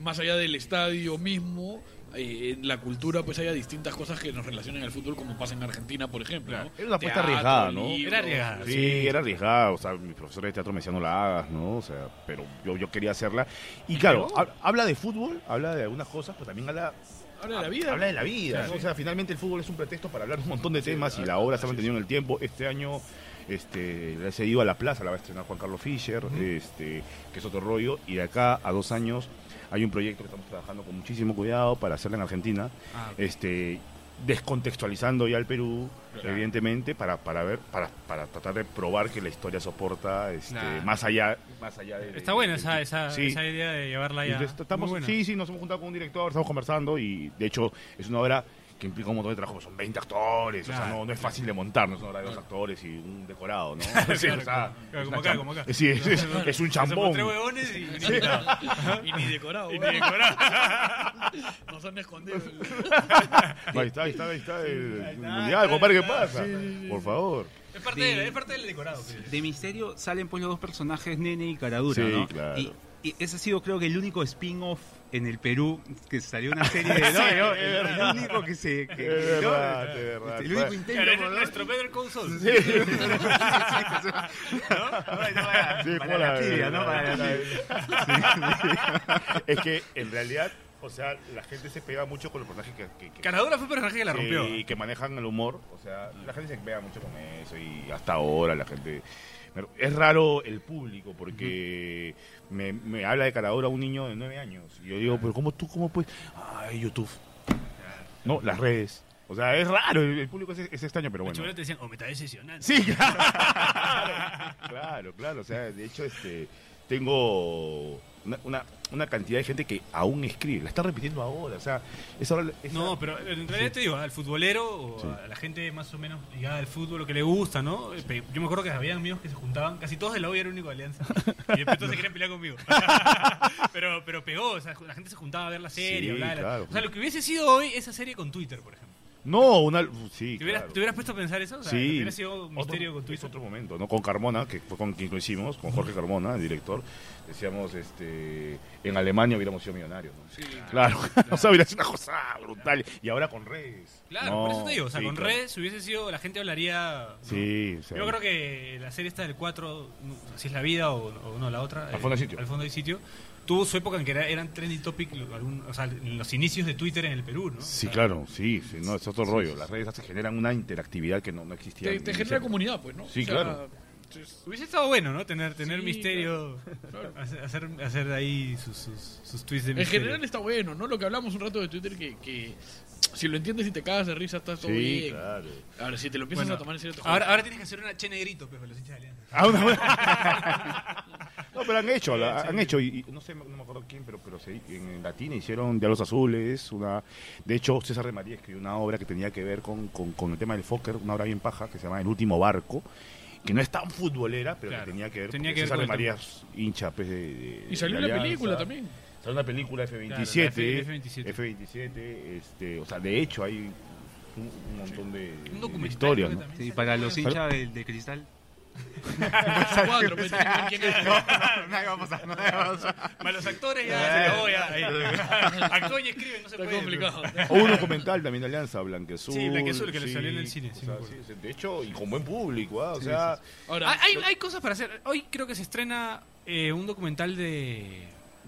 Speaker 4: más allá del estadio mismo, eh, en la cultura pues haya distintas cosas que nos relacionen al fútbol, como pasa en Argentina, por ejemplo.
Speaker 2: Claro.
Speaker 4: ¿no?
Speaker 3: Era una apuesta
Speaker 4: Teatro,
Speaker 3: arriesgada, ¿no?
Speaker 4: libros,
Speaker 2: Era arriesgada.
Speaker 3: Sí,
Speaker 2: Sí.
Speaker 3: era arriesgada, o sea, mis profesores de teatro me decían no la hagas, ¿no? O sea, pero yo, yo quería hacerla. Y claro, hab- habla de fútbol, habla de algunas cosas, pero también habla,
Speaker 4: Habla de la vida.
Speaker 3: habla de la vida, ¿no? O sea, finalmente el fútbol es un pretexto para hablar un montón de temas
Speaker 2: ah,
Speaker 3: y la obra se ha mantenido en el tiempo. Este año este, la he cedido a la plaza, la va a estrenar Juan Carlos Fischer, este, que es otro rollo, y de acá a dos años hay un proyecto que estamos trabajando con muchísimo cuidado para hacerla en Argentina
Speaker 2: Ah, ok.
Speaker 3: este, descontextualizando ya el Perú, evidentemente, para, para ver, para, para tratar de probar que la historia soporta este,
Speaker 2: Claro.
Speaker 3: más allá, más allá de,
Speaker 2: Está buena
Speaker 3: de-
Speaker 2: esa,
Speaker 3: de-
Speaker 2: esa,
Speaker 3: sí.
Speaker 2: esa idea de llevarla Ah, ya.
Speaker 3: Entonces, estamos-
Speaker 2: Muy buena.
Speaker 3: sí, sí, nos hemos juntado con un director, estamos conversando y de hecho es una obra que implica un montón de trabajo, son 20 actores, o sea,
Speaker 2: Claro.
Speaker 3: no, no es fácil de montar, no es una obra de dos actores y un decorado, ¿no? Sí, o sea,
Speaker 2: claro.
Speaker 3: es
Speaker 2: Como
Speaker 3: una
Speaker 2: acá,
Speaker 3: cham-
Speaker 2: como acá.
Speaker 3: Sí, es, es- es un
Speaker 2: Somos
Speaker 3: chambón.
Speaker 2: tres huevones y
Speaker 4: Y ni decorado.
Speaker 2: y
Speaker 4: ¿eh?
Speaker 2: ni decorar.
Speaker 4: Nos han escondido.
Speaker 3: Ahí está, ahí está, ahí está el mundial, compadre, ¿qué pasa? Por favor.
Speaker 2: Es parte,
Speaker 1: Sí.
Speaker 2: de- es parte del decorado. creo.
Speaker 1: De misterio salen pues los dos personajes, Nene y Caradura,
Speaker 3: Sí,
Speaker 1: ¿no?
Speaker 3: claro.
Speaker 1: Y, y ese ha sido creo que el único spin-off en el Perú que salió una serie de... No, no, el- el, único que se... que-
Speaker 3: Es
Speaker 1: no, Este,
Speaker 3: verdad, es verdad.
Speaker 1: El único intento...
Speaker 2: Claro, es
Speaker 1: por-
Speaker 2: nuestro Better Call Saul.
Speaker 1: Bueno, para-
Speaker 3: Sí,
Speaker 1: para la tibia, ¿no? Para la tibia.
Speaker 3: Es que en realidad, o sea, la gente se pega mucho con los personajes que, que- que-
Speaker 2: Caradura fue un personaje que la
Speaker 3: que-
Speaker 2: rompió.
Speaker 3: Eh, que manejan el humor. O sea, la gente se pega mucho con eso y hasta ahora la gente. Es raro el público porque me, me habla de Caradura un niño de nueve años. Y yo digo, pero ¿cómo tú, cómo puedes? Ay, YouTube. No, las redes. O sea, es raro, el, el público es, es extraño, pero
Speaker 2: Los
Speaker 3: bueno.
Speaker 2: chuleros te decían, oh, me está decepcionando.
Speaker 3: Sí, claro. claro, claro. O sea, de hecho, este, tengo una, una, una cantidad de gente que aún escribe. La está repitiendo ahora. O sea, es ahora. es-
Speaker 2: No, pero en realidad
Speaker 3: Sí.
Speaker 2: te digo, al futbolero o
Speaker 3: Sí.
Speaker 2: a la gente más o menos ligada al fútbol, lo que le gusta, ¿no? Eh, Pe- Yo me acuerdo que había amigos que se juntaban, casi todos de la U era el único de alianza. Y después todos se querían pelear conmigo. pero, pero pegó, o sea, la gente se juntaba a ver la serie,
Speaker 3: Sí,
Speaker 2: hablaba de la-
Speaker 3: claro.
Speaker 2: O sea, lo que hubiese sido hoy esa serie con Twitter, por ejemplo.
Speaker 3: No, una. Sí,
Speaker 2: ¿Te hubieras,
Speaker 3: claro.
Speaker 2: te hubieras puesto a pensar eso? O sea,
Speaker 3: Sí.
Speaker 2: hubiera sido un misterio con
Speaker 3: Otro- es
Speaker 2: Twitter.
Speaker 3: otro momento, ¿no? Con Carmona, que fue con quien lo hicimos, con Jorge Carmona, el director. Decíamos, este, en Alemania hubiéramos sido millonarios, ¿no?
Speaker 4: Sí.
Speaker 3: Claro, o sea, hubiera sido una cosa brutal. Y ahora con redes.
Speaker 2: Claro,
Speaker 3: No,
Speaker 2: por eso te digo, o sea,
Speaker 3: sí,
Speaker 2: con
Speaker 3: claro.
Speaker 2: redes hubiese sido, la gente hablaría... ¿no?
Speaker 3: Sí, o sea,
Speaker 2: Yo creo que la serie esta del 4, no, si es la vida o, o no la otra.
Speaker 3: Al
Speaker 2: eh,
Speaker 3: fondo hay sitio.
Speaker 2: Al fondo hay sitio. Tuvo su época en que era- eran trending topic, lo- algún- o sea, en los inicios de Twitter en el Perú, ¿no?
Speaker 3: Sí,
Speaker 2: O sea,
Speaker 3: claro, sí, sí, no, es otro rollo. Las redes se generan una interactividad que no, no existía.
Speaker 4: Te,
Speaker 3: en-
Speaker 4: te
Speaker 3: en
Speaker 4: genera
Speaker 3: ese-
Speaker 4: comunidad, pues, ¿no?
Speaker 3: Sí, claro.
Speaker 4: es-
Speaker 2: Hubiese estado bueno, ¿no? Tener, tener
Speaker 4: Sí,
Speaker 2: misterio,
Speaker 4: claro.
Speaker 2: hacer- hacer, hacer ahí sus, sus, sus tweets de
Speaker 4: En
Speaker 2: misterio.
Speaker 4: general está bueno, ¿no? Lo que hablamos un rato de Twitter, que, que si lo entiendes y te cagas de risa, está todo
Speaker 3: Sí,
Speaker 4: bien.
Speaker 3: claro.
Speaker 4: Ahora, si te lo empiezas
Speaker 2: Bueno,
Speaker 4: a tomar en serio, te
Speaker 2: ahora,
Speaker 4: jodes.
Speaker 2: ahora tienes que hacer una che negrito, pues, para los hinchas de Alianza.
Speaker 3: Ah, una buena- No, pero han hecho, la- han hecho, y, y no sé, no me acuerdo quién, pero, pero se- en Latina hicieron Diablos Azules, una... De hecho, César de María escribió una obra que tenía que ver con, con- con el tema del Fokker, una obra bien paja, que se llama El Último Barco, que no es tan futbolera, pero
Speaker 2: Claro,
Speaker 3: que tenía que ver,
Speaker 2: tenía
Speaker 3: porque
Speaker 2: que ver
Speaker 3: César
Speaker 2: con
Speaker 3: de
Speaker 2: el
Speaker 3: María es hincha, pues, de, de-
Speaker 4: Y salió
Speaker 3: de
Speaker 4: la
Speaker 3: Alianza.
Speaker 4: película también.
Speaker 3: Salió una película
Speaker 2: Claro, la
Speaker 3: F-27,
Speaker 2: F- F27.
Speaker 3: F-27, este, o sea, de hecho hay un, un montón de, de-
Speaker 2: Un
Speaker 3: de
Speaker 2: documental. creo
Speaker 3: historias, ¿no?
Speaker 2: que también
Speaker 1: Sí,
Speaker 2: salió.
Speaker 1: para los hinchas del- de, cristal.
Speaker 4: Cuatro, pues, pero tiene que ver quién es.
Speaker 1: Nada va a pasar, nada va a pasar.
Speaker 2: Para los actores ya se acabó, ya. ahí. Actúan y escriben, no se
Speaker 4: Está
Speaker 2: puede.
Speaker 4: complicado.
Speaker 3: O un documental también de Alianza, Blanquezul.
Speaker 2: Sí, Blanqueazul, que le salió en el cine, sí,
Speaker 3: o sea,
Speaker 2: me acuerdo.
Speaker 3: sí, de hecho, y con buen público, ah, o sea...
Speaker 4: Ahora,
Speaker 2: Ah, Hay, hay cosas para hacer. Hoy creo que se estrena eh, un documental de,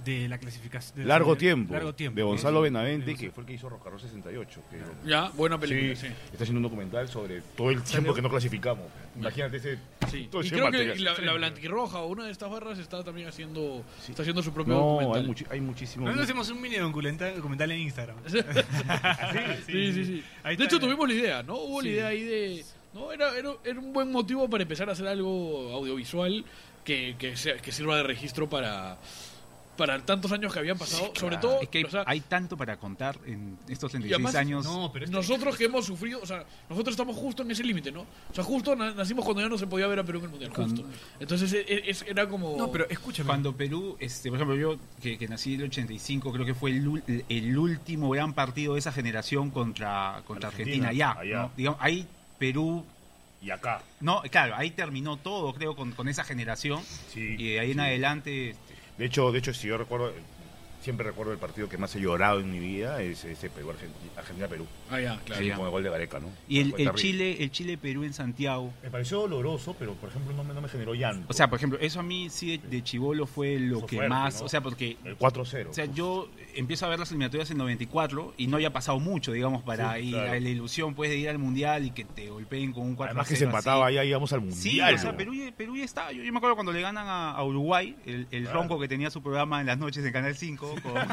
Speaker 2: de la clasificación. de-
Speaker 3: Largo
Speaker 2: de-
Speaker 3: tiempo,
Speaker 2: Largo tiempo.
Speaker 3: de Gonzalo Benavente,
Speaker 2: De
Speaker 3: que fue el que hizo Rocarro 68. Que
Speaker 4: ya, buena película,
Speaker 3: Sí,
Speaker 4: sí.
Speaker 3: Está haciendo un documental sobre todo el tiempo que no clasificamos. Imagínate ese.
Speaker 4: Sí.
Speaker 3: todo
Speaker 4: Y
Speaker 3: ese
Speaker 4: creo que
Speaker 3: material.
Speaker 4: la, la Blanquirroja, una de estas barras, está también haciendo,
Speaker 3: Sí.
Speaker 4: está haciendo su propio
Speaker 3: No, hay,
Speaker 4: documental.
Speaker 3: muchi- hay muchísimo.
Speaker 2: Nosotros hacemos un mini documental, documental en Instagram.
Speaker 4: Sí, sí, sí.
Speaker 2: Ahí está.
Speaker 4: de hecho, tuvimos la idea, ¿no? Hubo
Speaker 2: Sí.
Speaker 4: la idea ahí de... No, era, era, era un buen motivo para empezar a hacer algo audiovisual que, que, sea- que sirva de registro para... para tantos años que habían pasado. Sobre todo,
Speaker 1: es que hay,
Speaker 4: o sea,
Speaker 1: hay tanto para contar en estos
Speaker 4: Y
Speaker 1: 36
Speaker 4: además,
Speaker 1: años.
Speaker 5: No, pero es que-
Speaker 4: nosotros que hemos sufrido, o sea, nosotros estamos justo en ese límite, ¿no? O sea, justo na- nacimos cuando ya no se podía ver a Perú en el Mundial, justo. Entonces e- e- es- era como...
Speaker 5: No, pero escúchame.
Speaker 1: Cuando Perú, este, por ejemplo, yo que, que nací en el 85, creo que fue el, ul- el último gran partido de esa generación contra, contra
Speaker 3: Argentina,
Speaker 1: Argentina, allá.
Speaker 3: allá.
Speaker 1: ¿no? Digamos, ahí Perú,
Speaker 3: Y acá.
Speaker 1: no, claro, ahí terminó todo, creo, con, con esa generación.
Speaker 3: Sí,
Speaker 1: y de ahí en
Speaker 3: sí.
Speaker 1: adelante, este,
Speaker 3: De hecho, de hecho, si yo recuerdo, siempre recuerdo el partido que más he llorado en mi vida, es ese Perú Argenti- Argentina-Perú.
Speaker 4: Ah, ya, claro.
Speaker 1: Sí.
Speaker 3: Con el gol de Gareca, ¿no?
Speaker 1: y el,
Speaker 3: Fue
Speaker 1: el
Speaker 3: terrible.
Speaker 1: Chile, el Chile Perú en Santiago.
Speaker 3: Me pareció doloroso, pero por ejemplo no me, no me generó llanto.
Speaker 1: O sea, por ejemplo, eso a mí sí de chivolo fue lo
Speaker 3: Eso
Speaker 1: que
Speaker 3: fuerte,
Speaker 1: más,
Speaker 3: ¿no?
Speaker 1: o sea, porque
Speaker 3: el pues. 4-0.
Speaker 1: O sea, yo empiezo a ver las eliminatorias en 94 y no había pasado mucho, digamos, para
Speaker 3: Sí,
Speaker 1: ir
Speaker 3: claro.
Speaker 1: a la ilusión pues, de ir al mundial y que te golpeen con un 4
Speaker 3: Además que se empataba, ya íbamos al mundial.
Speaker 1: Sí, o sea,
Speaker 3: ¿no?
Speaker 1: Perú, ya- Perú ya estaba. Yo, yo me acuerdo cuando le ganan a, a Uruguay, el, el
Speaker 3: Claro.
Speaker 1: ronco que tenía su programa en las noches en Canal 5. con- este,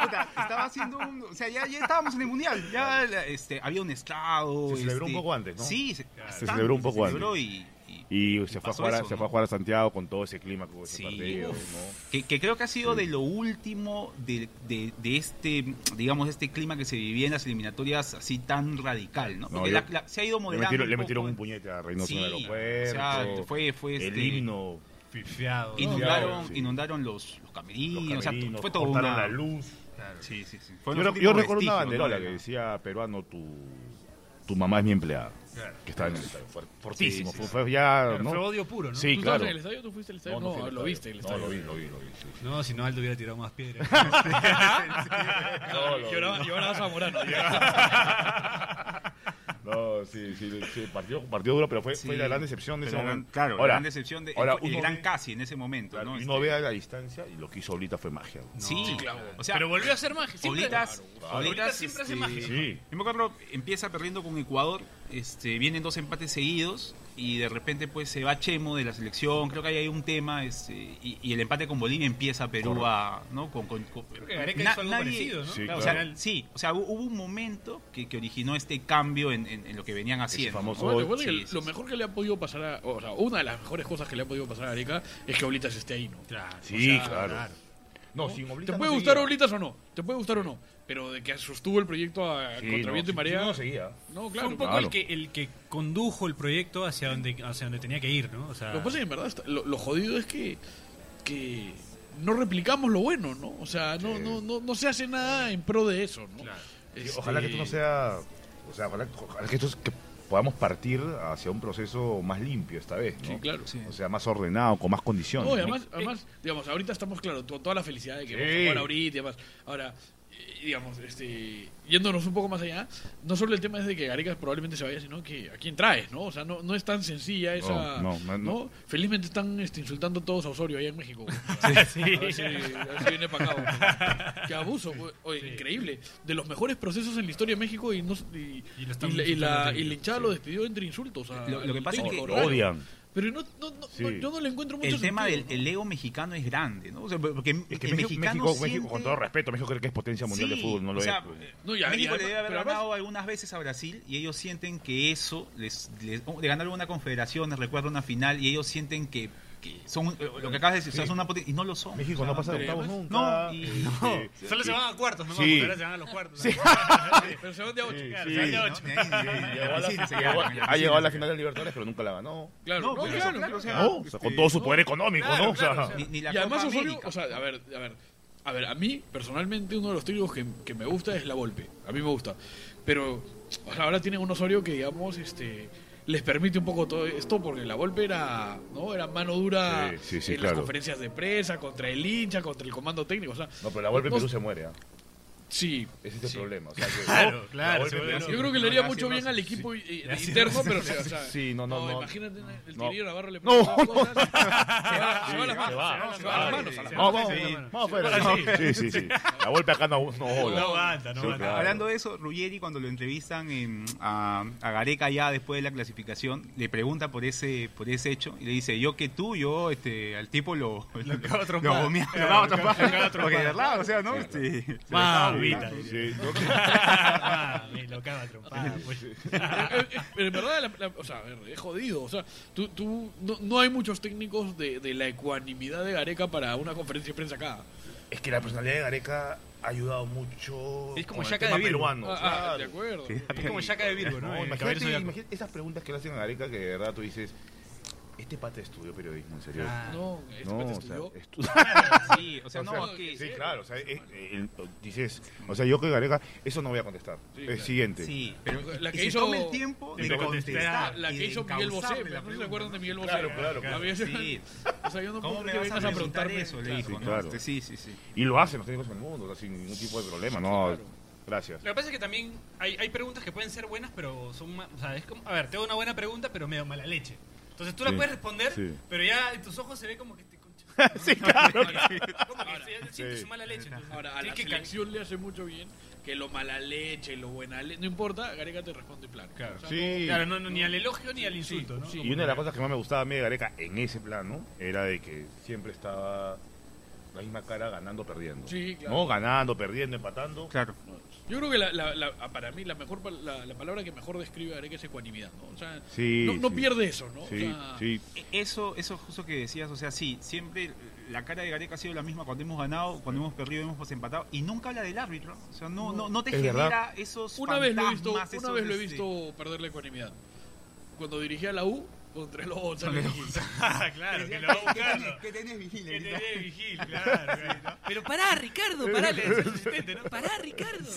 Speaker 1: Puta, estaba haciendo un. O sea, ya, ya estábamos en el mundial. Ya la- este, había un estado.
Speaker 3: Se celebró
Speaker 1: este,
Speaker 3: un poco antes, ¿no?
Speaker 1: Sí, se,
Speaker 3: Se celebró un poco
Speaker 1: se celebró y- y
Speaker 3: Y se, fue a,
Speaker 1: pasó
Speaker 3: jugar, a-
Speaker 1: eso,
Speaker 3: se
Speaker 1: ¿no?
Speaker 3: fue a jugar a Santiago con todo ese clima que hubo ese
Speaker 1: Sí,
Speaker 3: partido.
Speaker 1: uf.
Speaker 3: ¿no?
Speaker 1: Que, que creo que ha sido
Speaker 3: Sí.
Speaker 1: de lo último de, de- de este, digamos, este clima que se vivía en las eliminatorias así tan radical, ¿no?
Speaker 3: No,
Speaker 1: Porque
Speaker 3: yo-
Speaker 1: la- la- se ha ido
Speaker 3: Le
Speaker 1: moderando.
Speaker 3: metieron,
Speaker 1: un
Speaker 3: le
Speaker 1: poco.
Speaker 3: metieron un puñete a Reynoso
Speaker 1: pues. Sí,
Speaker 3: en el
Speaker 1: o sea,
Speaker 3: aeropuerto.
Speaker 1: fue, fue
Speaker 3: el
Speaker 1: este,
Speaker 3: himno.
Speaker 5: Fifiado.
Speaker 1: Inundaron,
Speaker 3: Sí.
Speaker 1: inundaron los, los camerinos,
Speaker 3: Los
Speaker 1: o sea,
Speaker 3: camerinos,
Speaker 1: fue todo
Speaker 3: cortaron
Speaker 1: una...
Speaker 3: la luz.
Speaker 1: Sí, sí, sí.
Speaker 3: Yo,
Speaker 1: Fueron los
Speaker 3: rec- yo
Speaker 1: últimos
Speaker 3: recuerdo una
Speaker 1: vestigios,
Speaker 3: banderola
Speaker 1: ¿no?
Speaker 3: que decía, peruano, tu, tu mamá es mi empleada.
Speaker 5: Claro.
Speaker 3: Que estaba en el estadio. Fue Fortísimo.
Speaker 1: Sí, sí,
Speaker 3: fue- fue ya,
Speaker 5: Claro,
Speaker 3: ¿no?
Speaker 5: Fue odio puro, ¿no?
Speaker 3: Sí,
Speaker 4: ¿Tú
Speaker 3: claro.
Speaker 4: estabas en el estadio? ¿Tú fuiste al estadio? No,
Speaker 3: fui al
Speaker 4: lo
Speaker 3: estadio.
Speaker 4: viste en el
Speaker 3: No,
Speaker 4: estadio.
Speaker 3: lo vi, lo vi, lo vi. sí.
Speaker 5: No, si no, Aldo hubiera tirado más piedras.
Speaker 3: No, lo-
Speaker 4: Ah, Y ahora- y ahora vas a Zamorano.
Speaker 3: No, sí, sí, sí, partido, partido duro, pero fue,
Speaker 1: Sí.
Speaker 3: fue la gran decepción de ese
Speaker 1: Pero la gran-
Speaker 3: momento.
Speaker 1: Claro,
Speaker 3: Ahora,
Speaker 1: la gran decepción de
Speaker 3: ahora
Speaker 1: el- el,
Speaker 3: uno
Speaker 1: gran
Speaker 3: ve-
Speaker 1: casi en ese momento,
Speaker 3: claro,
Speaker 1: ¿no?
Speaker 3: y uno
Speaker 1: Este,
Speaker 3: ve a la distancia y lo que hizo ahorita fue magia.
Speaker 1: Sí,
Speaker 5: Sí,
Speaker 4: claro.
Speaker 1: o sea, este,
Speaker 5: Pero
Speaker 1: volvió a hacer magia.
Speaker 5: siempre-
Speaker 1: Oblitas,
Speaker 3: Claro.
Speaker 5: Oblitas siempre hace magia.
Speaker 3: Sí.
Speaker 1: Yo me acuerdo, empieza perdiendo con Ecuador, este, vienen dos empates seguidos y de repente pues se va Chemo de la selección, creo que ahí hay un tema este, y, y el empate con Bolivia empieza Perú a... ¿no? Con, con- con-
Speaker 5: que Gareca
Speaker 1: na-
Speaker 5: hizo algo
Speaker 1: nadie-
Speaker 5: parecido, ¿no?
Speaker 3: Sí,
Speaker 1: o
Speaker 3: claro.
Speaker 1: sea, sí, o sea, hu- hubo un momento que, que originó este cambio en, en- en lo que venían
Speaker 3: Ese
Speaker 1: haciendo.
Speaker 3: famoso
Speaker 4: Bueno,
Speaker 3: gol.
Speaker 4: igual que
Speaker 1: Sí,
Speaker 4: el-
Speaker 1: sí,
Speaker 4: lo
Speaker 1: sí.
Speaker 4: mejor que le ha podido pasar a... O sea, una de las mejores cosas que le ha podido pasar a Areca es que Oblitas esté ahí, ¿no?
Speaker 5: Claro,
Speaker 3: Sí,
Speaker 5: o sea,
Speaker 3: claro. No,
Speaker 4: ¿no?
Speaker 3: sin Oblitas no
Speaker 4: Te puede
Speaker 3: seguía.
Speaker 4: gustar Oblitas o no, te puede gustar o no, pero de que sostuvo el proyecto a
Speaker 3: Sí,
Speaker 4: contra
Speaker 3: no,
Speaker 4: viento y
Speaker 3: si-
Speaker 4: marea.
Speaker 3: si
Speaker 4: No,
Speaker 3: no seguía.
Speaker 4: claro.
Speaker 2: Fue un poco
Speaker 3: Claro.
Speaker 2: el, que, el que condujo el proyecto hacia donde, hacia donde tenía que ir, ¿no? O sea,
Speaker 4: Lo que pasa es que en verdad está- lo, lo jodido es que, que no replicamos lo bueno, ¿no? O sea, no,
Speaker 3: Sí.
Speaker 4: no, no, no se hace nada en pro de eso, ¿no?
Speaker 3: Y
Speaker 4: Este,
Speaker 3: Ojalá que esto no sea. O sea, ojalá, ojalá que esto es- que podamos partir hacia un proceso más limpio esta vez, ¿no?
Speaker 4: Sí, claro.
Speaker 3: O sea, más ordenado, con más condiciones.
Speaker 4: No, y
Speaker 3: ¿no?
Speaker 4: además, además, digamos, ahorita estamos, claro, con toda la felicidad de que
Speaker 3: Sí.
Speaker 4: vamos a jugar ahorita y demás. Ahora, eh, digamos, este, yéndonos un poco más allá, no solo el tema es de que Gareca probablemente se vaya, sino que a quién traes, ¿no? O sea, no, no es tan sencilla esa...
Speaker 3: no, no, no.
Speaker 4: Felizmente están este, insultando todos a Osorio allá en México. güey. A ver si, a ver si viene para acá. güey. Qué abuso, güey. Oye, increíble. De los mejores procesos en la historia de México y, no, y,
Speaker 2: Y lo están
Speaker 4: y la, y la-
Speaker 2: insultando
Speaker 4: y la
Speaker 2: entre
Speaker 4: hinchada lo despidió entre insultos. a-
Speaker 1: Lo- lo que
Speaker 4: al
Speaker 1: pasa es que-
Speaker 4: técnico,
Speaker 3: Lo
Speaker 4: raro.
Speaker 3: odian.
Speaker 4: Pero no, no, no,
Speaker 3: Sí.
Speaker 4: no, yo no le encuentro mucho
Speaker 1: El tema del
Speaker 4: sentido, ¿no?
Speaker 1: el ego mexicano es grande, ¿no? O sea, porque
Speaker 3: Es que
Speaker 1: el
Speaker 3: México,
Speaker 1: mexicano
Speaker 3: México, México,
Speaker 1: siente-
Speaker 3: con todo respeto, México cree que es potencia mundial
Speaker 1: Sí,
Speaker 3: de fútbol, no lo
Speaker 1: o sea,
Speaker 3: es. pues.
Speaker 4: No, y- y
Speaker 1: México
Speaker 4: además-
Speaker 1: le debe haber
Speaker 4: pero además-
Speaker 1: ganado algunas veces a Brasil y ellos sienten que eso, les, les- de ganar una confederación, les recuerda una final y ellos sienten que, que son eh, lo que acabas de decir, o sea, son una potencia y no lo son.
Speaker 3: México
Speaker 1: O sea,
Speaker 3: no pasa de octavos
Speaker 4: además-
Speaker 3: nunca.
Speaker 1: No, y-
Speaker 3: Este,
Speaker 5: Solo se
Speaker 3: y-
Speaker 5: van a cuartos, ¿no?
Speaker 3: Sí.
Speaker 5: Porque Ahora se van a los cuartos.
Speaker 4: Pero se van de a ocho.
Speaker 3: Sí,
Speaker 5: Claro,
Speaker 3: sí.
Speaker 5: se van de
Speaker 1: ¿no?
Speaker 5: a ocho.
Speaker 1: De ahí, de- de
Speaker 3: Llegó a
Speaker 1: la
Speaker 3: la-
Speaker 1: piscina se
Speaker 3: llegó-
Speaker 1: llaman, de la
Speaker 3: Ha llegado a la
Speaker 1: piscina.
Speaker 3: final de Libertadores, pero nunca la ganó.
Speaker 4: Claro,
Speaker 1: No,
Speaker 4: no,
Speaker 1: pero
Speaker 4: claro,
Speaker 1: eso, claro, o sea,
Speaker 3: ¿No? O sea, con todo su poder económico,
Speaker 5: claro,
Speaker 3: ¿no? O sea,
Speaker 5: claro, o sea,
Speaker 1: Ni, ni la
Speaker 4: y además
Speaker 1: Copa
Speaker 4: Osorio,
Speaker 1: América.
Speaker 4: o sea, a ver, a ver, a ver, a mí personalmente uno de los técnicos que, que me gusta es la Volpe, a mí me gusta, pero o sea, ahora tienen un Osorio que digamos, este, les permite un poco todo esto porque la Volpe era, no, era mano dura
Speaker 3: Sí, sí, sí,
Speaker 4: en las
Speaker 3: claro.
Speaker 4: conferencias de prensa contra el hincha, contra el comando técnico, o sea,
Speaker 3: No, pero la vuelve en
Speaker 4: No-
Speaker 3: Perú se muere. ¿ah?
Speaker 4: sí.
Speaker 3: Ese es el problema. o sea, que-
Speaker 5: Claro,
Speaker 3: ¿no?
Speaker 5: claro,
Speaker 3: La Volpe
Speaker 5: se vuelve
Speaker 3: en
Speaker 5: loco.
Speaker 3: Perú-
Speaker 4: Yo creo que
Speaker 1: no,
Speaker 4: le haría
Speaker 1: le hace
Speaker 4: mucho bien
Speaker 1: más-
Speaker 4: al equipo i- i-
Speaker 5: le hace
Speaker 4: interno, pero o sea, o sea,
Speaker 3: Sí, no, no, no.
Speaker 4: imagínate el
Speaker 3: No.
Speaker 4: tirero Navarro le
Speaker 3: No.
Speaker 4: pregunta cosas, se va, se va a las manos,
Speaker 3: se va,
Speaker 4: se va a las manos, a las manos.
Speaker 3: Vamos, vamos,
Speaker 5: Sí,
Speaker 3: vamos afuera. Sí, sí, sí. La Volpe acá no no
Speaker 5: No
Speaker 3: joda.
Speaker 5: aguanta, no
Speaker 3: Sí,
Speaker 5: aguanta.
Speaker 3: claro.
Speaker 1: Hablando de eso, Ruggeri cuando lo entrevistan en- a, a Gareca ya después de la clasificación, le pregunta por ese por ese hecho y le dice, yo que tú, yo este, al tipo lo... Lo
Speaker 5: cago a trompadas.
Speaker 1: gomea-
Speaker 5: Claro,
Speaker 1: lo cago a
Speaker 5: lo cago-
Speaker 1: trompadas.
Speaker 5: lo cago a
Speaker 1: Porque de
Speaker 5: trompadas.
Speaker 1: verdad, o sea, ¿no? Este, se lo
Speaker 5: Vamos,
Speaker 1: estaba
Speaker 2: Lobita.
Speaker 3: Sí, ¿no?
Speaker 2: Ah, me lo caga trompada. pues.
Speaker 4: Eh, eh, en verdad, la- la- o sea, a ver, es jodido. O sea, tú, tú- no, no hay muchos técnicos de, de la ecuanimidad de Gareca para una conferencia de prensa acá.
Speaker 3: Es que la personalidad de Gareca ha ayudado mucho
Speaker 2: Es como
Speaker 3: con el
Speaker 2: Shaka de
Speaker 3: tema
Speaker 2: Virgo.
Speaker 3: peruano.
Speaker 4: Ah, ah,
Speaker 3: claro.
Speaker 4: de acuerdo.
Speaker 2: Es como Shaka de Virgo, ¿no?
Speaker 3: No,
Speaker 2: El
Speaker 3: imagínate,
Speaker 2: caballero zodiaco.
Speaker 3: imagínate esas preguntas que le hacen a Gareca que de verdad tú dices, este pata estudió periodismo, en serio.
Speaker 2: Ah,
Speaker 4: No, este
Speaker 3: No,
Speaker 4: pata
Speaker 3: o sea, eh,
Speaker 4: estudió.
Speaker 3: estu-
Speaker 1: Sí, o sea,
Speaker 3: O
Speaker 1: no,
Speaker 3: sea,
Speaker 1: es que-
Speaker 3: Sí, claro, o sea, eh, eh, el- dices, o sea, yo que Gareca, eso no voy a contestar.
Speaker 4: Sí,
Speaker 3: el
Speaker 4: claro.
Speaker 3: siguiente.
Speaker 1: Sí, pero
Speaker 4: La
Speaker 1: y
Speaker 4: que
Speaker 1: se
Speaker 4: hizo-
Speaker 1: toma el tiempo
Speaker 2: de
Speaker 1: de
Speaker 2: contestar,
Speaker 1: contestar.
Speaker 4: la
Speaker 1: y
Speaker 4: que
Speaker 1: de
Speaker 4: hizo Miguel Bosé,
Speaker 1: encauzarle la
Speaker 4: ¿no se
Speaker 1: pregunta,
Speaker 4: acuerdan
Speaker 1: ¿no?
Speaker 4: de Miguel Bosé?
Speaker 3: Claro, claro,
Speaker 4: A
Speaker 3: claro.
Speaker 4: veces-
Speaker 1: Sí.
Speaker 4: O sea, yo no
Speaker 1: ¿Cómo
Speaker 4: puedo
Speaker 1: me
Speaker 4: creer que
Speaker 1: vas a
Speaker 4: vengas a
Speaker 1: preguntar
Speaker 4: preguntarme
Speaker 1: eso? Le
Speaker 4: Claro.
Speaker 1: dijo, ¿no?
Speaker 3: claro.
Speaker 1: Este, Sí, sí, sí.
Speaker 3: Y lo hacen los técnicos en el mundo, o sea, sin ningún tipo de problema, no.
Speaker 4: claro.
Speaker 3: Gracias.
Speaker 2: Lo que pasa es que también hay, hay preguntas que pueden ser buenas, pero son ma- o sea, es como, a ver, tengo una buena pregunta, pero medio mala leche. Entonces tú la
Speaker 3: Sí,
Speaker 2: puedes responder,
Speaker 3: sí.
Speaker 2: pero ya en tus ojos se ve como que te concha.
Speaker 3: sí, claro.
Speaker 2: Como que se- ya sientes
Speaker 3: Sí.
Speaker 2: su mala leche. entonces
Speaker 4: Ahora, a la
Speaker 2: tienes que
Speaker 4: selección le hace mucho bien que lo mala leche, lo buena leche, no importa, Gareca te responde plano.
Speaker 2: Claro.
Speaker 4: O sea,
Speaker 3: Sí.
Speaker 2: ca- Claro, no, no, ni al elogio ni al insulto, ¿no?
Speaker 4: sí.
Speaker 2: Como
Speaker 3: Y una de las
Speaker 2: que-
Speaker 3: cosas que más me gustaba a mí de Gareca en ese plano era de que siempre estaba la misma cara ganando, perdiendo.
Speaker 4: Sí, claro.
Speaker 3: No, ganando, perdiendo, empatando.
Speaker 1: Claro.
Speaker 4: Yo creo que la- la- la- ah, para mí la mejor pal- la, la palabra que mejor describe a Gareca es ecuanimidad, ¿no? O sea,
Speaker 3: Sí,
Speaker 4: no, no
Speaker 3: sí.
Speaker 4: pierde eso, ¿no? O
Speaker 3: Sí,
Speaker 4: sea,
Speaker 3: sí.
Speaker 1: E-, Eso, eso justo que decías, o sea, sí, siempre la cara de Gareca ha sido la misma cuando hemos ganado, cuando hemos perdido, hemos empatado, y nunca habla del árbitro. O sea, no, no, no te
Speaker 3: Es
Speaker 1: genera
Speaker 3: verdad.
Speaker 1: esos
Speaker 4: Una vez lo he visto,
Speaker 1: fantasmas,
Speaker 4: una
Speaker 1: esos,
Speaker 4: vez lo he
Speaker 1: este,
Speaker 4: visto perder la ecuanimidad. Cuando dirigía la U contra los González.
Speaker 2: Ah, claro, que lo va buscando.
Speaker 1: ¿Qué este, tenés, vigila?
Speaker 2: Que te dé vigil, claro. güey, ¿no?
Speaker 5: Pero pará, Ricardo, pará, le decía al asistente, ¿no? Pará, Ricardo.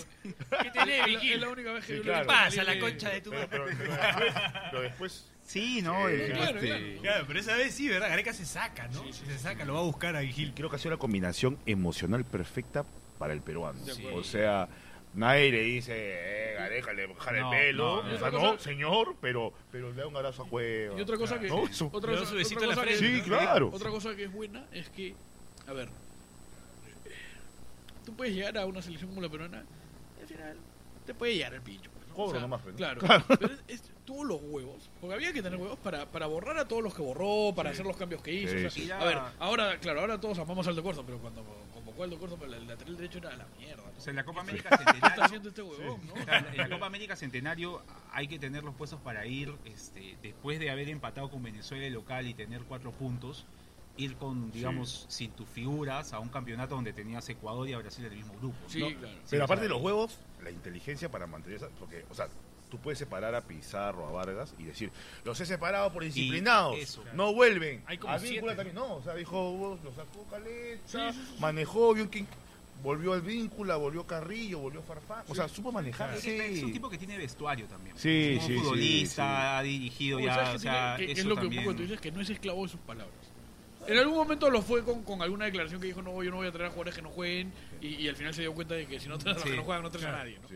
Speaker 2: Que te dé
Speaker 4: Es la- es
Speaker 2: vigil.
Speaker 4: la única vez que
Speaker 3: Sí,
Speaker 4: yo
Speaker 3: claro.
Speaker 4: lo he
Speaker 2: ¿Qué
Speaker 4: visto
Speaker 2: pasa, la
Speaker 4: salirle-
Speaker 2: concha de tu
Speaker 3: Pero,
Speaker 2: madre?
Speaker 3: pero- pero después, pero después
Speaker 1: Sí, no,
Speaker 3: Sí,
Speaker 1: El-
Speaker 4: claro,
Speaker 1: este,
Speaker 4: claro.
Speaker 2: Claro, pero esa vez sí, ¿verdad? Gareca se saca, ¿no? se saca, lo va a buscar a vigil.
Speaker 3: creo que ha sido la combinación emocional perfecta para el peruano.
Speaker 4: De acuerdo.
Speaker 3: O sea, nadie le dice, eh, Gareca, le bajar
Speaker 1: No,
Speaker 3: el pelo.
Speaker 1: no, no.
Speaker 3: O sea,
Speaker 4: Y otra
Speaker 3: no,
Speaker 4: cosa-
Speaker 3: señor, pero, pero le da un abrazo a Cueva.
Speaker 4: Y otra cosa que.
Speaker 3: No, eso-
Speaker 4: otra
Speaker 2: Le da
Speaker 4: cosa-
Speaker 2: su besito en
Speaker 4: otra
Speaker 2: la
Speaker 4: cosa que-
Speaker 3: Sí, claro.
Speaker 4: Otra cosa que es buena es que, a ver, tú puedes llegar a una selección como la peruana y al final te puede llegar el pincho. pues, ¿no?
Speaker 3: Cobro nomás, pues, ¿no?
Speaker 4: Claro. Pero es- es- tuvo los huevos, porque había que tener huevos para, para borrar a todos los que borró, para hacer los cambios que hizo.
Speaker 3: Sí,
Speaker 4: o sea,
Speaker 1: sí.
Speaker 4: A ver, ahora, claro, ahora todos amamos a Aldo Corso, pero cuando convocó a Aldo Corso para pues, el lateral derecho era la mierda. ¿no?
Speaker 1: o sea, en la Copa América
Speaker 4: ¿Qué está
Speaker 1: Centenario,
Speaker 4: haciendo este huevón, no?
Speaker 1: O sea, en la Copa América Centenario hay que tener los puestos para ir, este, después de haber empatado con Venezuela de local y tener cuatro puntos, ir con, digamos, sin tus figuras a un campeonato donde tenías Ecuador y a Brasil del mismo grupo. ¿no?
Speaker 4: Sí,
Speaker 1: Sí,
Speaker 4: claro.
Speaker 3: Pero
Speaker 1: o
Speaker 3: aparte
Speaker 1: sea,
Speaker 3: de los huevos, la inteligencia para mantener esa. Porque, o sea, tú puedes separar a Pizarro, a Vargas y decir, los he separado por indisciplinados.
Speaker 1: eso.
Speaker 3: No vuelven.
Speaker 2: Hay como
Speaker 3: a Víncula
Speaker 2: siete.
Speaker 3: también. No, o sea, dijo, "Huevos, lo sacó Caleta, manejó, vio que volvió al Víncula, volvió Carrillo, volvió Farfán. O sea, supo manejar.
Speaker 1: Es, es un tipo que tiene vestuario también.
Speaker 3: Sí,
Speaker 1: es un
Speaker 3: sí, sí,
Speaker 1: futbolista,
Speaker 3: sí.
Speaker 1: ha dirigido
Speaker 4: O sea,
Speaker 1: ya,
Speaker 4: que
Speaker 1: o sea,
Speaker 4: tiene- que- que es
Speaker 1: eso
Speaker 4: lo que un
Speaker 1: también.
Speaker 4: poco tú dices, que no es esclavo de sus palabras. En algún momento lo fue con, con alguna declaración que dijo, no, yo no voy a traer a jugadores que no jueguen, y, y al final se dio cuenta de que si no traes a los que
Speaker 1: Sí.
Speaker 4: no juegan, no traes a nadie. ¿no?
Speaker 3: Sí,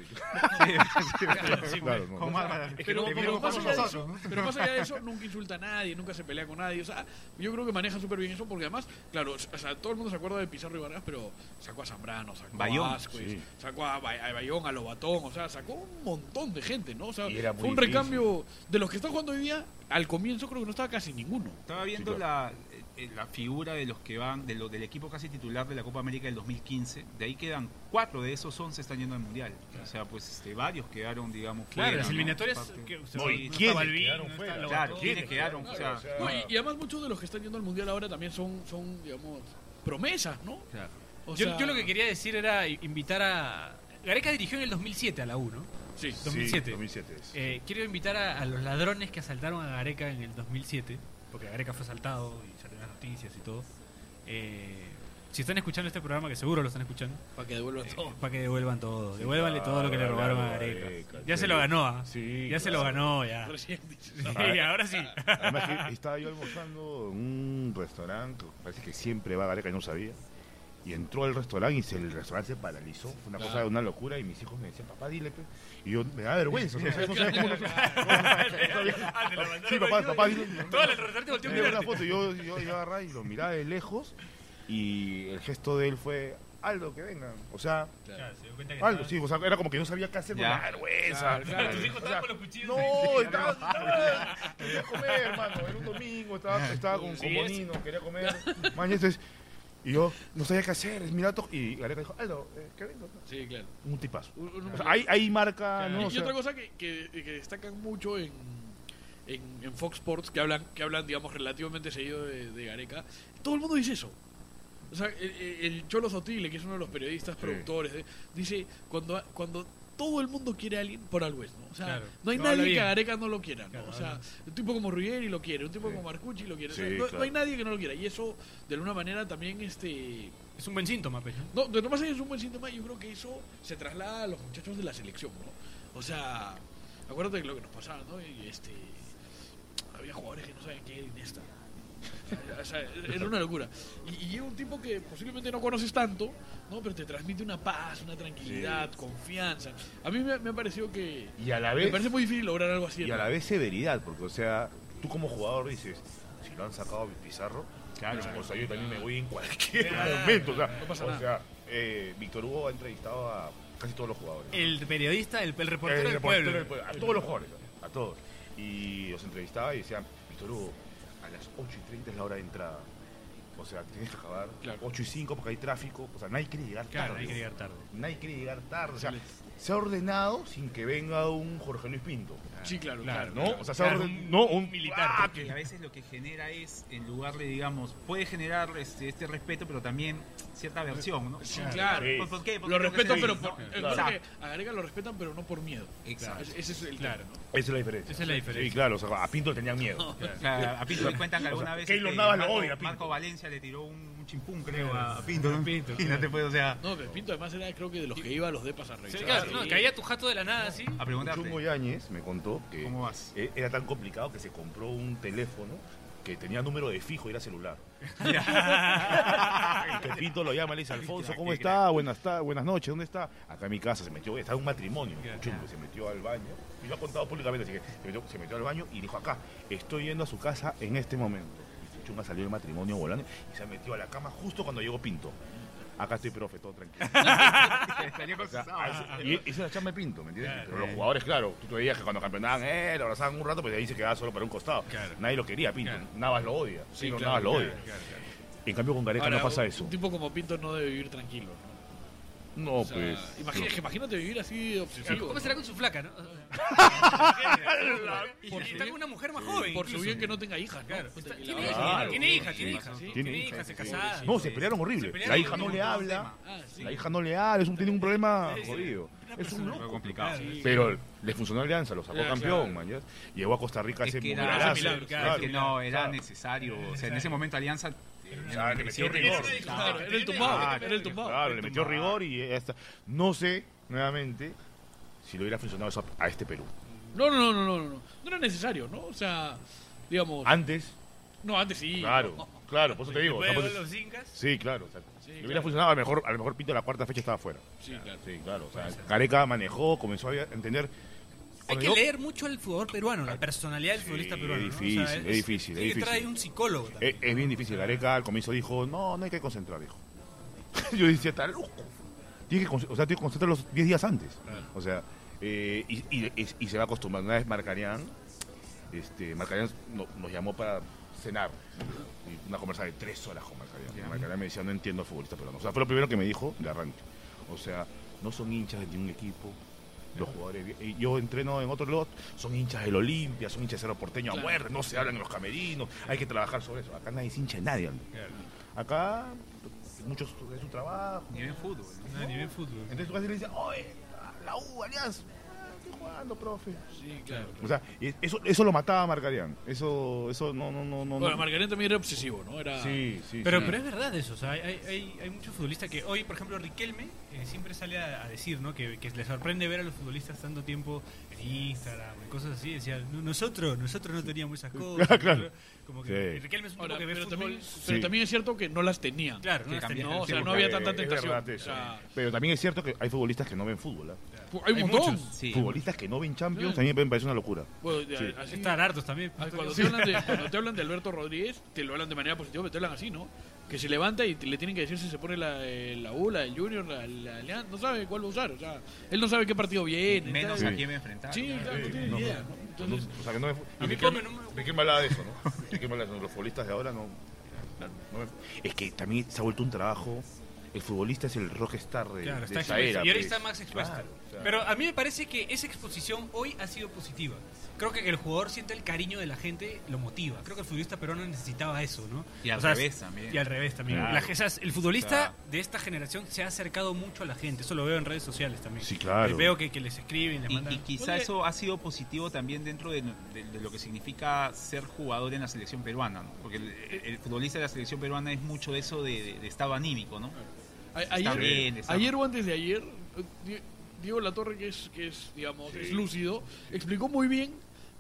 Speaker 2: sí,
Speaker 3: claro, no.
Speaker 1: Con Bárbara.
Speaker 4: Pero,
Speaker 1: Te
Speaker 4: pero
Speaker 1: vieron
Speaker 4: más
Speaker 1: con
Speaker 4: allá de
Speaker 1: nosotros,
Speaker 4: eso, pero más allá de eso, nunca insulta a nadie, nunca se pelea con nadie. O sea, yo creo que maneja súper bien eso, porque además, claro, o sea, todo el mundo se acuerda de Pizarro y Vargas, pero sacó a Zambrano, sacó
Speaker 1: Bayón,
Speaker 4: a Asquez,
Speaker 3: sí.
Speaker 4: sacó a, Bay- a Bayón, a Lobatón, o sea, sacó un montón de gente, ¿no? O sea,
Speaker 3: Y era
Speaker 4: fue
Speaker 3: muy
Speaker 4: un recambio de los que están jugando hoy día, al comienzo creo que no estaba casi ninguno.
Speaker 1: Estaba viendo la, eh, la figura de los que van, de lo, del equipo casi titular de la Copa América del 2015. De ahí quedan cuatro de esos 11 están yendo al Mundial. O sea, pues este, varios quedaron, digamos,
Speaker 2: Claro,
Speaker 1: fuera,
Speaker 2: las
Speaker 1: ¿no?
Speaker 2: eliminatorias.
Speaker 1: Parte-
Speaker 2: que- o sea,
Speaker 3: No, ¿y
Speaker 2: no está
Speaker 3: quiénes
Speaker 2: Balvin,
Speaker 3: quedaron
Speaker 2: no está
Speaker 3: fuera?
Speaker 2: Lobato.
Speaker 1: Claro, ¿quiénes
Speaker 2: ¿Quiénes?
Speaker 1: quedaron? O sea,
Speaker 3: o sea,
Speaker 4: No, y, y además muchos de los que están yendo al mundial ahora también son, son digamos, promesas, ¿no?
Speaker 1: claro.
Speaker 4: O
Speaker 2: yo,
Speaker 4: sea-
Speaker 2: yo lo que quería decir era invitar a. Gareca dirigió en el 2007 a la U, ¿no?
Speaker 4: Sí.
Speaker 2: 2007.
Speaker 3: 2007. sí.
Speaker 2: Eh, quiero invitar a, a los ladrones que asaltaron a Gareca en el 2007, porque Gareca fue asaltado y salieron las noticias y todo. Eh, si están escuchando este programa, que seguro lo están escuchando, eh,
Speaker 4: Para que devuelva todo.
Speaker 2: para que devuelvan todo.
Speaker 3: Sí,
Speaker 2: Devuélvanle todo lo que le
Speaker 3: claro,
Speaker 2: robaron a
Speaker 3: Gareca,
Speaker 2: Gareca. Ya
Speaker 3: claro.
Speaker 2: se lo ganó, ¿ah?
Speaker 3: Sí,
Speaker 2: Ya se lo
Speaker 3: claro.
Speaker 2: ganó, ya.
Speaker 4: Recién dices.
Speaker 2: Sí, ahora sí.
Speaker 3: Además que estaba yo almorzando en un restaurante, parece que siempre va a Gareca, y no sabía. Y entró al restaurante y se- el restaurante se paralizó. Fue una cosa de una locura y mis hijos me decían, papá, dile. pe". Y yo, me da vergüenza. o sea, no sabía cómo, no sabía-
Speaker 2: Ah, te lo mandaron
Speaker 3: Sí, papá,
Speaker 2: yo,
Speaker 3: papá,
Speaker 2: yo-
Speaker 3: dile.
Speaker 2: Todo el restaurante volteó a
Speaker 3: Me dio una
Speaker 2: mirarte.
Speaker 3: foto y yo, yo, yo agarraba y lo miraba de lejos y el gesto de él fue, Aldo, que vengan. O sea,
Speaker 4: Ah,
Speaker 2: Claro, se dio cuenta que
Speaker 3: Aldo,
Speaker 2: estaba-
Speaker 3: sí, o sea, era como que no sabía qué hacer con
Speaker 1: Ya.
Speaker 3: la vergüenza.
Speaker 4: Claro,
Speaker 2: Claro,
Speaker 4: claro.
Speaker 2: tus hijos
Speaker 3: O sea,
Speaker 2: estaban con los cuchillos.
Speaker 3: no, estaba, estaba-
Speaker 4: Ah.
Speaker 3: quería comer, hermano. Era un domingo, estaba, estaba con, con Bonino, quería comer. Man, y entonces, Y yo no sabía qué hacer, es mi dato. Y Gareca dijo, Aldo, eh, qué lindo.
Speaker 4: Sí, claro.
Speaker 3: Un tipazo.
Speaker 4: Un- un-
Speaker 3: O sea, ahí, ahí marca,
Speaker 4: Y-
Speaker 3: ¿no?
Speaker 4: y
Speaker 3: O sea,
Speaker 4: otra cosa que, que- que destacan mucho en, en, en Fox Sports, que hablan, que hablan, digamos, relativamente seguido de, de Gareca, todo el mundo dice eso. O sea, el, el- el Cholo Sotile, que es uno de los periodistas, productores, eh, dice, cuando, cuando todo el mundo quiere a alguien, por algo es, ¿no? O sea,
Speaker 2: Claro.
Speaker 4: no hay
Speaker 2: No, habla
Speaker 4: nadie que
Speaker 2: bien.
Speaker 4: a Gareca no lo quiera, ¿no?
Speaker 2: Claro,
Speaker 4: o sea,
Speaker 2: habla.
Speaker 4: un tipo como Ruggeri lo quiere, un tipo como Marcucci lo quiere. O sea,
Speaker 3: Sí,
Speaker 4: no, no
Speaker 3: claro.
Speaker 4: hay nadie que no lo quiera. Y eso, de alguna manera, también, este...
Speaker 2: Es un buen síntoma, pues, ¿no?
Speaker 4: No, de lo más allá es un buen síntoma. Yo creo que eso se traslada a los muchachos de la selección, ¿no? O sea, acuérdate de lo que nos pasaba, ¿no? Y este. Había jugadores que no sabían qué era Iniesta. O sea, era una locura. Y, y era un tipo que posiblemente no conoces tanto, ¿no? Pero te transmite una paz, una tranquilidad, confianza. A mí me, me ha parecido que.
Speaker 3: y a la
Speaker 4: Me
Speaker 3: vez.
Speaker 4: parece muy difícil lograr algo así.
Speaker 3: Y
Speaker 4: ¿no?
Speaker 3: a la vez severidad, porque, o sea, tú como jugador dices, si lo han sacado Pizarro,
Speaker 1: Claro.
Speaker 3: o sea, yo también me voy en cualquier
Speaker 4: Claro.
Speaker 3: momento. O sea,
Speaker 4: No pasa
Speaker 3: o
Speaker 4: nada.
Speaker 3: sea, eh, Víctor Hugo ha entrevistado a casi todos los jugadores.
Speaker 4: Eh,
Speaker 5: El periodista, el, el
Speaker 3: El
Speaker 5: reportero del
Speaker 3: reportero
Speaker 5: pueblo.
Speaker 3: Eh, del pueblo, A todos los jugadores, a todos. Y los entrevistaba y decían, Víctor Hugo, a las 8 y 30 es la hora de entrada. O sea, tienes que acabar
Speaker 4: Claro.
Speaker 3: 8 y 5 porque hay tráfico. O sea, nadie quiere llegar tarde.
Speaker 2: Claro, hay que llegar tarde.
Speaker 3: Nadie quiere llegar tarde. O sea, se ha ordenado sin que venga un Jorge Luis Pinto.
Speaker 4: Sí, claro,
Speaker 2: Claro,
Speaker 4: claro.
Speaker 3: ¿No? O sea, se ha
Speaker 2: Claro,
Speaker 3: orden-
Speaker 2: un-
Speaker 3: no, un
Speaker 2: militar.
Speaker 3: ¡Ah!
Speaker 1: que a veces lo que genera es, en lugar de, digamos, puede generar este, este respeto, pero también cierta aversión, ¿no?
Speaker 4: Sí, claro.
Speaker 3: Sí.
Speaker 1: Pues, ¿Por- por qué? Porque
Speaker 4: Lo
Speaker 1: tengo que
Speaker 4: respetan,
Speaker 1: ser
Speaker 4: pero
Speaker 1: así,
Speaker 4: por.
Speaker 1: ¿no?
Speaker 4: es
Speaker 1: Claro.
Speaker 4: verdad que a Gareca lo respetan, pero no por miedo.
Speaker 1: Exacto.
Speaker 4: Ese- Ese es el
Speaker 2: Claro.
Speaker 4: tema, ¿no?
Speaker 3: Esa es la diferencia.
Speaker 2: Esa es la diferencia.
Speaker 3: Sí, claro, o sea, a Pinto le tenían miedo.
Speaker 1: Claro, a Pinto le cuentan que alguna vez. este,
Speaker 3: Keylor Navas lo
Speaker 1: Marco,
Speaker 3: odia, Pinto.
Speaker 1: Marco Valencia le tiró un, un chimpún, creo, a Pinto. ¿no? Imagínate, pues, o sea,
Speaker 4: No, pero Pinto además era creo que de los que iba a los depas a revisar.
Speaker 2: Sí, claro, no,
Speaker 4: Sí.
Speaker 2: caía tu jato de la nada así.
Speaker 1: a preguntarte.
Speaker 3: Chumbo Yáñez me contó que
Speaker 1: ¿Cómo vas?
Speaker 3: eh, era tan complicado que se compró un teléfono que tenía número de fijo y era celular. que Pinto lo llama, le dice, Alfonso, ¿cómo está? Buenas, ta- buenas noches, ¿dónde está? Acá en mi casa, se metió, está en un matrimonio, Chumbo, y se metió al baño, y lo ha contado públicamente, así que se metió, se metió al baño y dijo, acá, estoy yendo a su casa en este momento. Chumba salió del matrimonio volando y se metió a la cama justo cuando llegó Pinto. Acá estoy, profe, todo tranquilo.
Speaker 1: Estaría con
Speaker 3: O sea,
Speaker 1: sus sábanas.
Speaker 3: ah, y esa es la chamba de Pinto, ¿me entiendes? Pero los jugadores, claro, tú te veías que cuando campeonaban, eh, lo abrazaban un rato, pues de ahí se quedaba solo para un costado. Nadie lo quería, Pinto. Navas lo odia. Sí,
Speaker 4: claro,
Speaker 3: Navas lo
Speaker 4: claro,
Speaker 3: odia. En cambio, con Gareca
Speaker 4: Ahora,
Speaker 3: no pasa
Speaker 4: un-
Speaker 3: eso.
Speaker 4: Un tipo como Pinto no debe vivir tranquilo. ¿no?
Speaker 3: No,
Speaker 4: O sea,
Speaker 3: pues.
Speaker 4: imagina- que imagínate vivir así de obsesivo.
Speaker 2: ¿Cómo
Speaker 4: ¿no?
Speaker 2: será con su flaca, no? Y
Speaker 4: Por
Speaker 2: está
Speaker 4: su-
Speaker 2: con una mujer más joven.
Speaker 4: Por su
Speaker 2: incluso.
Speaker 4: bien que no tenga hijas, ¿no?
Speaker 2: Claro.
Speaker 4: Puta, que la
Speaker 2: Tiene
Speaker 4: vaya-
Speaker 3: Claro.
Speaker 2: hija, tiene hija,
Speaker 4: Sí,
Speaker 2: tiene
Speaker 4: sí,
Speaker 2: hija.
Speaker 4: sí.
Speaker 2: Tiene hija, se casaron.
Speaker 3: No, se pelearon horrible.
Speaker 2: Se pelearon
Speaker 3: la hija
Speaker 2: con
Speaker 3: no
Speaker 2: un
Speaker 3: le
Speaker 2: montón de
Speaker 3: habla.
Speaker 4: Ah, sí.
Speaker 3: La hija no le habla. Es un, tiene un problema
Speaker 2: Sí, sí.
Speaker 3: jodido.
Speaker 2: Una
Speaker 3: Es un
Speaker 2: persona-
Speaker 1: Fue
Speaker 3: loco.
Speaker 1: complicado.
Speaker 2: Claro.
Speaker 3: Pero le funcionó Alianza, lo sacó
Speaker 4: Claro,
Speaker 3: campeón,
Speaker 4: claro.
Speaker 3: man. ¿ya? Llegó a Costa Rica
Speaker 1: Es
Speaker 3: ese
Speaker 1: que era-
Speaker 3: mundialazo,
Speaker 2: ese milagro,
Speaker 1: Es
Speaker 2: claro.
Speaker 1: que no, era necesario. O sea, en ese momento Alianza. tenía
Speaker 3: sea, le metió
Speaker 1: 17,
Speaker 3: rigor.
Speaker 4: Claro,
Speaker 1: claro.
Speaker 4: Era el tumbado,
Speaker 3: Ah,
Speaker 4: era el tumbado.
Speaker 3: Claro, le
Speaker 4: Era el
Speaker 3: metió
Speaker 4: tumbado.
Speaker 3: rigor y hasta. No sé, nuevamente, si lo hubiera funcionado eso a, a este Perú.
Speaker 4: No, no, no, no, no, no, no. No era necesario, ¿no? O sea, digamos.
Speaker 3: Antes,
Speaker 4: No, antes sí.
Speaker 3: claro, claro, por eso te digo. o sea, pues,
Speaker 2: Luego
Speaker 3: por eso-
Speaker 2: los incas.
Speaker 3: Sí, claro. o sea,
Speaker 4: Sí,
Speaker 3: le
Speaker 4: claro.
Speaker 3: hubiera funcionado, a lo mejor, a lo mejor Pinto la cuarta fecha estaba fuera.
Speaker 4: Sí, claro.
Speaker 3: Sí, claro. O sea, Careca manejó, comenzó a entender.
Speaker 5: Hay
Speaker 3: cuando
Speaker 5: que
Speaker 3: llegó-
Speaker 5: leer mucho al jugador peruano, la personalidad del futbolista
Speaker 3: es
Speaker 5: peruano. ¿no?
Speaker 3: difícil, es difícil, es
Speaker 5: tiene que traer
Speaker 3: difícil.
Speaker 5: un psicólogo
Speaker 3: Es,
Speaker 5: también.
Speaker 3: eh, es bien difícil. Gareca al comienzo dijo, no, no hay que concentrar, dijo. Yo decía, está loco. Tienes que, con- o sea, tienes que concentrar los 10 días antes. O sea, eh, y, y- y- y se va acostumbrando. Una vez Marcarián, este, Marcarián no- nos llamó para cenar. Y Una conversa de tres horas con Marcarián. Marcarián me decía, no entiendo al futbolista, pero no. O sea, fue lo primero que me dijo de arranque. O sea, no son hinchas de ningún equipo. Los jugadores, vi- y yo entreno en otro lot, son hinchas del Olimpia, son hinchas de Cerro Porteño a
Speaker 4: Claro.
Speaker 3: muerte, no se hablan en los camerinos, hay que trabajar sobre eso. Acá nadie es hincha de nadie. amigo. Acá muchos es su trabajo.
Speaker 1: Ni ven fútbol. ¿no?
Speaker 2: A nivel fútbol.
Speaker 3: Entonces tú casi le dices, oye, la U, Alianza, ah, estoy jugando, profe.
Speaker 4: Sí, claro.
Speaker 3: O sea, es- eso, eso lo mataba a Marcarián. Eso, eso no, no, no, no.
Speaker 4: Bueno,
Speaker 3: no.
Speaker 4: Margarita también era obsesivo, ¿no? Era.
Speaker 3: Sí, sí.
Speaker 2: Pero,
Speaker 3: sí.
Speaker 2: pero es verdad eso, o sea, hay, hay- hay, hay muchos futbolistas que hoy, por ejemplo, Riquelme eh, siempre sale a, a decir, ¿no? Que, que le sorprende ver a los futbolistas tanto tiempo en Instagram y cosas así. Decía, "No, nosotros, nosotros no teníamos esas cosas.
Speaker 3: Ah, Claro.
Speaker 2: nosotros- Como que
Speaker 3: Sí.
Speaker 2: Riquelme es un tipo
Speaker 4: Ahora,
Speaker 2: que ve
Speaker 4: pero
Speaker 2: fútbol.
Speaker 4: también,
Speaker 3: Sí.
Speaker 4: pero también es cierto que no las tenía.
Speaker 2: Claro, no
Speaker 1: que
Speaker 2: las
Speaker 1: cambié-
Speaker 2: tenía.
Speaker 4: No, o sea,
Speaker 1: Sí,
Speaker 4: no había
Speaker 3: porque
Speaker 4: tanta
Speaker 3: es
Speaker 4: tentación.
Speaker 3: verdad
Speaker 4: O
Speaker 3: eso.
Speaker 4: sea,
Speaker 3: Pero también es cierto que hay futbolistas que no ven fútbol. ¿ah?
Speaker 4: pu- hay un montón.
Speaker 1: Sí.
Speaker 3: Futbolistas que no ven Champions
Speaker 4: Sí.
Speaker 3: también me parece una locura.
Speaker 4: Bueno, de-
Speaker 3: Sí.
Speaker 4: así-
Speaker 2: Están hartos también.
Speaker 4: Ah, Cuando
Speaker 2: Sí.
Speaker 4: te, hablan de, cuando te hablan de Alberto Rodríguez, te lo hablan de manera positiva, pero te hablan así, ¿no? Que se levanta y te- le tienen que decir si se pone la, eh, la U, la del Junior, la, la Alianza, no sabe cuál va a usar, o sea, él no sabe qué partido viene.
Speaker 1: Menos
Speaker 4: tal.
Speaker 1: a quién me enfrentar.
Speaker 4: Sí, claro, no tiene
Speaker 3: no,
Speaker 4: idea, ¿no?
Speaker 3: No,
Speaker 4: Entonces,
Speaker 3: o sea, que no ven fútbol.
Speaker 2: A mí
Speaker 3: ¿De qué-
Speaker 2: ponme, no me-
Speaker 3: ¿De qué me hablaba de eso, no? ¿De qué me hablaba de eso? Los futbolistas de ahora no. Es que también se ha vuelto un trabajo. El futbolista es el rockstar de,
Speaker 2: Claro,
Speaker 3: de
Speaker 2: está
Speaker 3: esa
Speaker 2: expuesta.
Speaker 3: era.
Speaker 2: Y ahora
Speaker 3: pues.
Speaker 2: está más expuesta.
Speaker 3: Claro, claro.
Speaker 2: Pero a mí me parece que esa exposición hoy ha sido positiva. Creo que el jugador siente el cariño de la gente, lo motiva. Creo que el futbolista peruano necesitaba eso, ¿no?
Speaker 1: Y al
Speaker 2: O sea,
Speaker 1: revés también.
Speaker 2: Y al revés también.
Speaker 3: Claro.
Speaker 2: La ge- o sea, el futbolista
Speaker 1: Claro.
Speaker 2: de esta generación se ha acercado mucho a la gente. Eso lo veo en redes sociales también.
Speaker 3: Sí, claro.
Speaker 2: Eh, Veo que, que les escriben, les
Speaker 1: Y,
Speaker 2: mandan.
Speaker 1: y quizá
Speaker 2: Oye,
Speaker 1: eso ha sido positivo también dentro de, de- de lo que significa ser jugador en la selección peruana, ¿no? porque el, el futbolista de la selección peruana es mucho de eso de, de- de estado anímico, ¿no?
Speaker 4: A-
Speaker 1: Está
Speaker 4: ayer,
Speaker 1: bien, está
Speaker 4: ayer
Speaker 1: bien.
Speaker 4: o antes de ayer, eh, Di- Diego Latorre, que es, que es digamos,
Speaker 3: Sí.
Speaker 4: es lúcido, explicó muy bien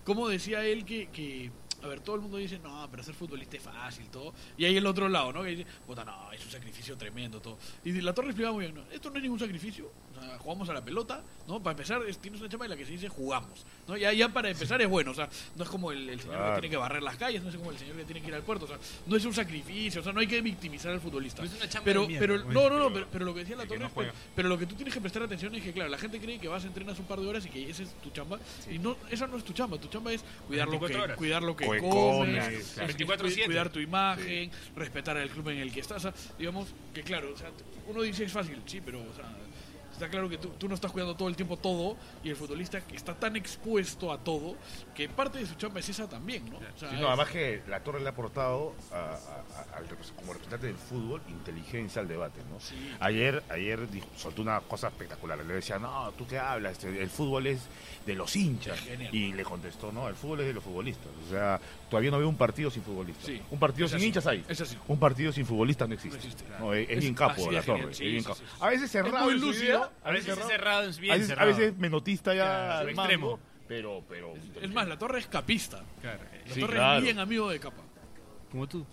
Speaker 4: cómo decía él que, que, a ver, todo el mundo dice, no, pero ser futbolista es fácil, todo. Y hay el otro lado, ¿no? Que dice, puta, no, es un sacrificio tremendo, todo. Y Di Latorre explicaba muy bien, no, esto no es ningún sacrificio, o sea, jugamos a la pelota, ¿no? Para empezar, es- tienes una chamba en la que se dice jugamos, ¿no? Ya, ya para empezar es bueno, o sea, no es como el, el señor
Speaker 3: Claro.
Speaker 4: que tiene que barrer las calles, no es como el señor que tiene que ir al puerto, o sea, no es un sacrificio, o sea, no hay que victimizar al futbolista.
Speaker 2: No es una chamba
Speaker 4: pero,
Speaker 2: de mierda,
Speaker 4: pero,
Speaker 2: güey.
Speaker 4: no, no, no, pero, pero lo que decía la
Speaker 1: El que
Speaker 4: torre
Speaker 1: no
Speaker 4: es que-
Speaker 1: juega.
Speaker 4: pero lo que tú tienes que prestar atención es que, claro, la gente cree que vas a entrenas un par de horas y que esa es tu chamba. Y no, esa no es tu chamba. Tu chamba es cuidar lo que,
Speaker 2: 24 horas.
Speaker 4: cuidar lo que
Speaker 3: Que
Speaker 4: comes,
Speaker 3: comes,
Speaker 4: es-
Speaker 3: claro.
Speaker 4: es
Speaker 2: 24/7.
Speaker 4: cuidar tu imagen, respetar al club en el que estás. o sea, digamos que, claro, o sea, uno dice es fácil, sí, pero, o sea, Está claro que tú, tú no estás cuidando todo el tiempo todo y el futbolista que está tan expuesto a todo que parte de su chamba es esa también, ¿no? O sea,
Speaker 3: Sí, no, además que la torre le ha aportado a- a- a- al repres- como representante del fútbol inteligencia al debate, ¿no?
Speaker 4: Sí.
Speaker 3: Ayer, ayer dijo- soltó una cosa espectacular. Le decía, no, ¿tú qué hablas? Este, El fútbol es de los hinchas.
Speaker 4: Genial.
Speaker 3: Y le contestó, no, el fútbol es de los futbolistas. O sea, todavía no veo un partido sin futbolistas.
Speaker 4: Sí.
Speaker 3: Un partido
Speaker 4: Es
Speaker 3: sin
Speaker 4: así.
Speaker 3: hinchas hay.
Speaker 4: Es así.
Speaker 3: Un partido sin futbolistas no existe.
Speaker 4: No existe, claro.
Speaker 3: No, es, es
Speaker 4: Es
Speaker 3: bien capo
Speaker 4: así
Speaker 3: la
Speaker 4: de genial.
Speaker 3: torre.
Speaker 4: Sí,
Speaker 3: es bien
Speaker 4: sí,
Speaker 3: capo.
Speaker 4: sí, sí.
Speaker 3: A veces cerrado.
Speaker 4: muy
Speaker 3: en su
Speaker 4: lúcido,
Speaker 3: idea,
Speaker 2: a veces es cerrado, es bien
Speaker 3: a veces, a
Speaker 2: cerrado.
Speaker 3: veces menotista ya
Speaker 2: Claro,
Speaker 3: al
Speaker 2: extremo.
Speaker 3: mango, Pero, pero.
Speaker 4: Es más, la torre es capista.
Speaker 2: Claro.
Speaker 4: La
Speaker 3: Sí,
Speaker 4: torre
Speaker 3: claro.
Speaker 4: es bien amigo de capa.
Speaker 2: Como tú.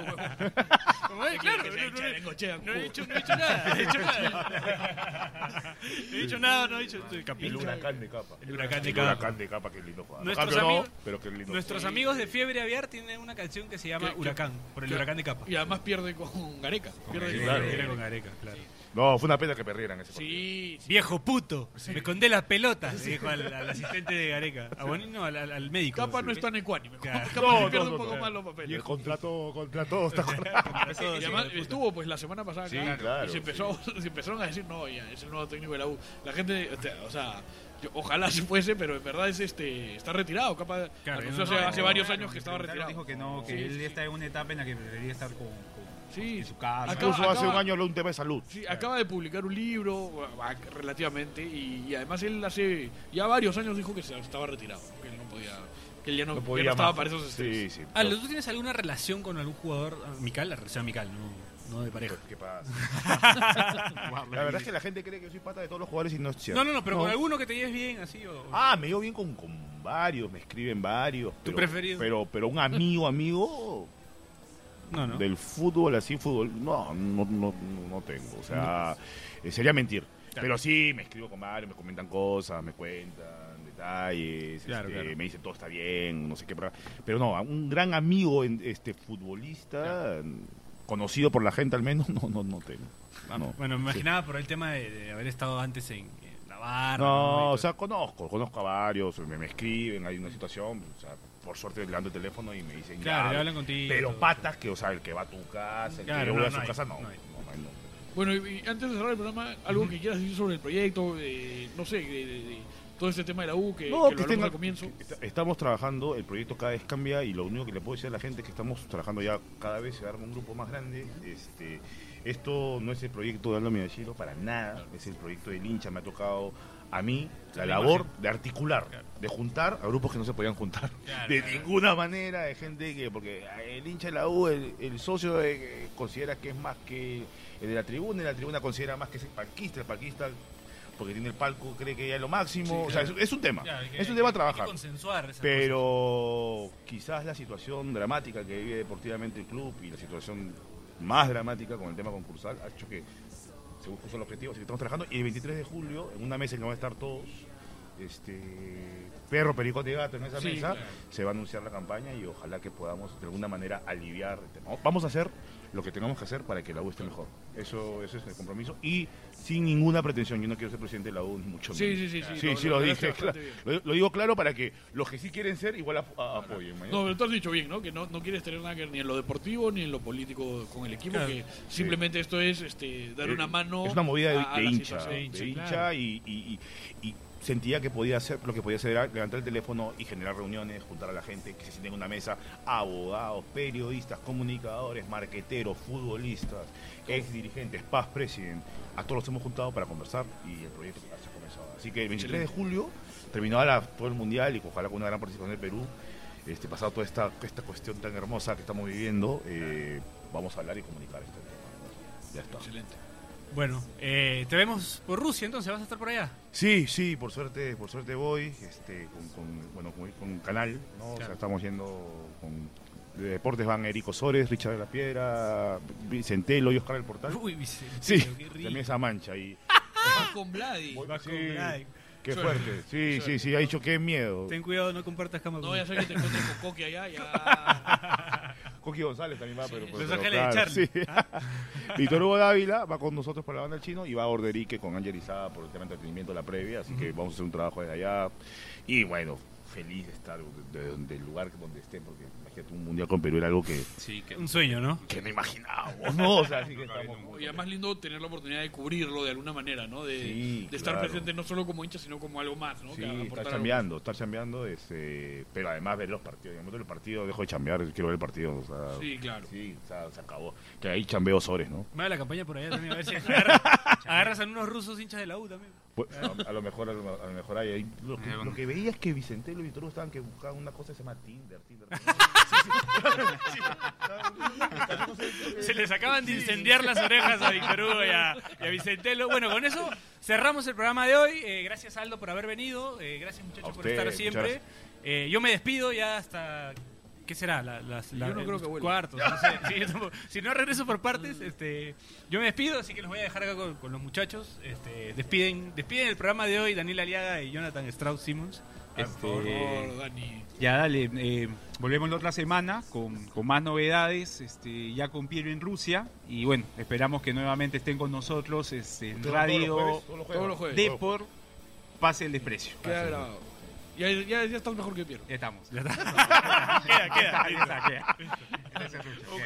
Speaker 4: Eh,
Speaker 2: claro,
Speaker 4: que
Speaker 2: no,
Speaker 4: sea
Speaker 2: no,
Speaker 4: hincha
Speaker 2: no.
Speaker 4: de Bengochea,
Speaker 2: No
Speaker 4: culo.
Speaker 2: he dicho, no he dicho nada. No he dicho nada. No he dicho nada, no he dicho. estoy
Speaker 3: El
Speaker 2: capista.
Speaker 3: huracán de capa.
Speaker 2: El huracán de
Speaker 3: El
Speaker 2: capa.
Speaker 3: huracán de capa, qué lindo jugador.
Speaker 2: Nuestros
Speaker 3: No,
Speaker 2: amigos-
Speaker 3: pero qué lindo.
Speaker 2: Nuestros amigos de Fiebre Aviar tienen una canción que se llama
Speaker 4: Que- que-
Speaker 2: Huracán, por el
Speaker 4: que-
Speaker 2: huracán de capa.
Speaker 4: Y además pierde con Gareca. Pierde
Speaker 3: Gareca,
Speaker 4: con Gareca.
Speaker 2: Era con Gareca, claro.
Speaker 3: No, fue una pena que perdieran ese partido.
Speaker 4: Sí, sí.
Speaker 2: Viejo puto, me escondé las pelotas, le dijo al, al asistente de Gareca. A Bonino, al, al- al médico.
Speaker 4: Capa
Speaker 2: Sí.
Speaker 4: no es tan ecuánime.
Speaker 2: Claro.
Speaker 4: Capa se pierde un poco más los
Speaker 3: Y el
Speaker 4: papeles.
Speaker 3: contrato, contrato, está
Speaker 4: Y además estuvo pues la semana pasada
Speaker 3: Sí,
Speaker 4: acá,
Speaker 3: claro,
Speaker 4: y se, empezó, se empezaron a decir no ya es el nuevo técnico de la U la gente o sea, o sea, yo- ojalá se fuese pero en verdad es este está retirado capaz
Speaker 2: Claro, no,
Speaker 4: anunció hace,
Speaker 2: no,
Speaker 4: hace
Speaker 2: no,
Speaker 4: varios
Speaker 1: Claro,
Speaker 4: años que
Speaker 1: le
Speaker 4: estaba
Speaker 1: preguntaron,
Speaker 4: retirado
Speaker 1: Dijo que no, que
Speaker 4: Sí,
Speaker 1: él
Speaker 4: sí.
Speaker 1: está en una etapa en la que debería estar con, con-
Speaker 4: Sí.
Speaker 1: en su casa.
Speaker 4: Acá-
Speaker 3: Incluso hace un
Speaker 4: acaba-
Speaker 3: año habló de un tema de salud.
Speaker 4: Sí, acaba de publicar un libro, va- va- relativamente, y, y además él hace ya varios años dijo que se estaba retirado, que él no podía, que él ya no, ya no estaba
Speaker 3: más.
Speaker 4: para esos
Speaker 3: Sí,
Speaker 4: estrenos.
Speaker 3: sí.
Speaker 2: Ah, ¿los dos tienes alguna relación con algún jugador amical? La relación amical, no, no de pareja.
Speaker 3: ¿Qué pasa? La verdad es que la gente cree que yo soy pata de todos los jugadores y no es cierto.
Speaker 2: No, no, no, pero con alguno que te lleves bien, así o...
Speaker 3: Ah, me llevo bien con, con varios, me escriben varios. pero-
Speaker 2: preferido?
Speaker 3: Pero, pero un amigo, amigo
Speaker 2: no, no.
Speaker 3: del fútbol, así fútbol, no, no, no, no tengo. O sea, eh, sería mentir. Pero sí, me escribo con varios, me comentan cosas, me cuentan detalles,
Speaker 2: Claro,
Speaker 3: este,
Speaker 2: claro.
Speaker 3: me dicen todo está bien, no sé qué. bla". Pero no, a un gran amigo en- este futbolista, conocido por la gente al menos, no, no, no tengo. No.
Speaker 2: Ah, Bueno, me imaginaba por el tema de, de haber estado antes en, en la barra.
Speaker 3: No,
Speaker 2: Y
Speaker 3: o
Speaker 2: todo.
Speaker 3: sea, conozco, conozco a varios, me, me escriben, hay una situación, o sea, por suerte le dando el teléfono y me dicen,
Speaker 2: Claro,
Speaker 3: ya,
Speaker 2: ya hablan contigo.
Speaker 3: Pero patas que, o sea, el que va a tu casa, el
Speaker 2: Claro,
Speaker 3: que
Speaker 2: no,
Speaker 3: voy a
Speaker 2: no
Speaker 3: su
Speaker 2: hay,
Speaker 3: casa, no.
Speaker 2: no
Speaker 3: no,
Speaker 2: hay.
Speaker 3: no hay, no.
Speaker 4: Bueno, y, y antes de cerrar el programa, algo que quieras decir sobre el proyecto, eh, no sé, de, de- de todo este tema de la U, que,
Speaker 3: No,
Speaker 4: que
Speaker 3: que
Speaker 4: lo hablamos
Speaker 3: tenga-
Speaker 4: al comienzo.
Speaker 3: Est- Estamos trabajando, el proyecto cada vez cambia y lo único que le puedo decir a la gente es que estamos trabajando ya cada vez se arma un grupo más grande. Este, esto no es el proyecto de Aldo Medallero para nada, es el proyecto del hincha. Me ha tocado a mí la labor de articular, de juntar a grupos que no se podían juntar
Speaker 2: Claro,
Speaker 3: de
Speaker 2: claro.
Speaker 3: ninguna manera, de gente que, porque el hincha de la U, el, el socio eh, considera que es más que el de la tribuna, y la tribuna considera más que es el parquista, el parquista porque tiene el palco, cree que ya es lo máximo, o sea, es, es un tema,
Speaker 2: Claro, hay que-
Speaker 3: es un
Speaker 2: hay
Speaker 3: tema a
Speaker 2: que- hay que
Speaker 3: trabajar.
Speaker 2: consensuar esas
Speaker 3: Pero quizás la situación dramática que vive deportivamente el club y la situación más dramática con el tema concursal ha hecho que se busque un solo objetivo, así que estamos trabajando. Y el 23 de julio, en una mesa en que van a estar todos, este perro, pericote y gato en esa
Speaker 4: Sí,
Speaker 3: mesa,
Speaker 4: claro.
Speaker 3: se va a anunciar la campaña y ojalá que podamos de alguna manera aliviar. el tema. Vamos a hacer lo que tengamos que hacer para que la U esté mejor. Eso, eso es el compromiso. Y sin ninguna pretensión, yo no quiero ser presidente de la U, ni mucho menos.
Speaker 4: Sí, sí, sí, sí,
Speaker 3: Sí,
Speaker 4: lo-
Speaker 3: sí
Speaker 4: lo
Speaker 3: lo
Speaker 4: aclaraste
Speaker 3: dije.
Speaker 4: bastante
Speaker 3: claro. Lo, lo digo claro para que los que sí quieren ser, igual apo- a- apoyen. mañana.
Speaker 4: No, pero tú has dicho bien, ¿no? Que no, no quieres tener nada que ver ni en lo deportivo ni en lo político con el equipo,
Speaker 2: Claro.
Speaker 4: que simplemente esto es este, dar
Speaker 3: Eh,
Speaker 4: una mano.
Speaker 3: Es una movida de,
Speaker 4: a- a
Speaker 3: de
Speaker 4: la
Speaker 3: hincha.
Speaker 4: situación.
Speaker 3: De
Speaker 2: De
Speaker 3: hincha,
Speaker 2: hincha, claro.
Speaker 3: y, y- y- y sentía que podía hacer lo que podía hacer era levantar el teléfono y generar reuniones, juntar a la gente, que se sienten en una mesa, abogados, periodistas, comunicadores, marqueteros, futbolistas, ex dirigentes, paz president. A todos los hemos juntado para conversar y el proyecto se ha comenzado. Así que el 23 de julio terminaba la- todo el mundial y ojalá con una gran participación del Perú. Este, pasado toda esta, esta cuestión tan hermosa que estamos viviendo, eh, vamos a hablar y comunicar este tema. Ya está.
Speaker 4: Excelente.
Speaker 2: Bueno, eh, te vemos por Rusia entonces, vas a estar por allá.
Speaker 3: Sí, sí, por suerte, por suerte voy, este, con, con- bueno, con, con canal, ¿no? O sea,
Speaker 2: Claro.
Speaker 3: estamos yendo con de deportes van Erico Sores, Richard de la Piedra, Vicentelo y Oscar del Portal.
Speaker 2: Uy, Vicente,
Speaker 3: sí,
Speaker 2: pero qué rico.
Speaker 3: también esa mancha ahí.
Speaker 4: Vas con Vladi.
Speaker 3: Voy-
Speaker 2: Vas con
Speaker 3: sí,
Speaker 2: Vlad.
Speaker 3: Qué
Speaker 4: Suerte.
Speaker 3: fuerte. Sí, sí,
Speaker 4: Suerte.
Speaker 3: sí, ha dicho qué miedo.
Speaker 2: Ten cuidado, no compartas cama
Speaker 4: No
Speaker 2: con
Speaker 4: vaya a ser que te encuentres con Coque allá, ya.
Speaker 3: Coqui González también va, pero,
Speaker 2: Los
Speaker 3: pero
Speaker 2: Ángeles de Charlie,
Speaker 3: sí. Víctor Hugo Dávila va con nosotros para la banda del chino y va a Orderique con Ángel Izada por el tema de entretenimiento la previa, así que vamos a hacer un trabajo desde allá. Y bueno, feliz de estar de- de- del lugar donde esté, porque imagínate un mundial con Perú era algo que,
Speaker 1: Sí, que
Speaker 2: Un sueño, ¿no?
Speaker 3: que no imaginábamos, ¿no? O sea, así que estamos
Speaker 4: Y además lindo tener la oportunidad de cubrirlo de alguna manera, ¿no? De,
Speaker 3: Sí,
Speaker 4: de estar
Speaker 3: claro.
Speaker 4: presente no solo como hincha, sino como algo más, ¿no?
Speaker 3: Sí,
Speaker 4: Que aportar
Speaker 3: estar
Speaker 4: algo.
Speaker 3: chambeando, estar chambeando, este, pero además ver los partidos. En el momento del partido dejo de chambear, quiero ver el partido. O sea,
Speaker 4: Sí, claro.
Speaker 3: sí, o sea, se acabó. Que ahí chambeo Sores, ¿no?
Speaker 2: Me da la campaña por allá también, a ver si agarra- agarras a unos rusos hinchas de la U también.
Speaker 3: Pues, a, a lo mejor, a lo, a lo mejor hay. ahí- Lo que,
Speaker 1: Eh, bueno.
Speaker 3: lo que veía es que Vicentelo y Víctor Hugo estaban que buscaban una cosa que se llama Tinder. Tinder.
Speaker 2: Se les acaban de incendiar las orejas a Víctor Hugo y a, y a Vicentelo. Bueno, con eso cerramos el programa de hoy. Eh, gracias, Aldo, por haber venido. Eh, gracias,
Speaker 3: A
Speaker 2: muchachos, por
Speaker 3: ustedes,
Speaker 2: estar
Speaker 3: muchas
Speaker 2: siempre.
Speaker 3: gracias.
Speaker 2: Eh, yo me despido ya hasta... ¿Qué será? La, las- la-
Speaker 4: Yo no creo
Speaker 2: los
Speaker 4: que vuelva.
Speaker 2: cuartos. no sé. Sí, yo tampoco- si no regreso por partes, este, yo me despido, así que los voy a dejar acá con, con los muchachos. Este, despiden, despiden el programa de hoy, Daniel Aliaga y Jonathan Strauss Simmons. Este,
Speaker 4: Ah, Por favor, Dani.
Speaker 1: Ya dale, eh, volvemos la otra semana con, con más novedades, este, ya con Piero en Rusia y bueno, esperamos que nuevamente estén con nosotros este, en Radio
Speaker 4: Todos los jueves.
Speaker 1: Depor, pase el desprecio.
Speaker 4: Queda grabado. Ya, ya, ya estás mejor que Piero.
Speaker 1: Ya estamos.
Speaker 2: queda, queda.
Speaker 1: Ahí está, queda. Gracias, Rucho.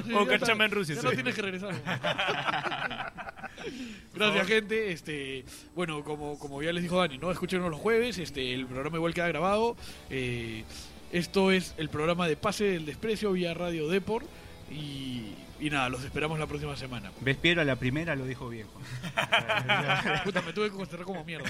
Speaker 1: Queda.
Speaker 2: O cachamba en Rusia.
Speaker 4: Ya
Speaker 2: sí.
Speaker 4: no tienes que regresar. Gracias, gente. Este, bueno, como, como ya les dijo Dani, ¿no? Escúchenos los jueves, este, el programa igual queda grabado. Eh, esto es el programa de Pase del Desprecio vía Radio Deport. Y, y nada, los esperamos la próxima semana.
Speaker 1: ¿Ves Piero a la primera? Lo dijo bien. Juan.
Speaker 4: Puta, me tuve que concentrar como mierda.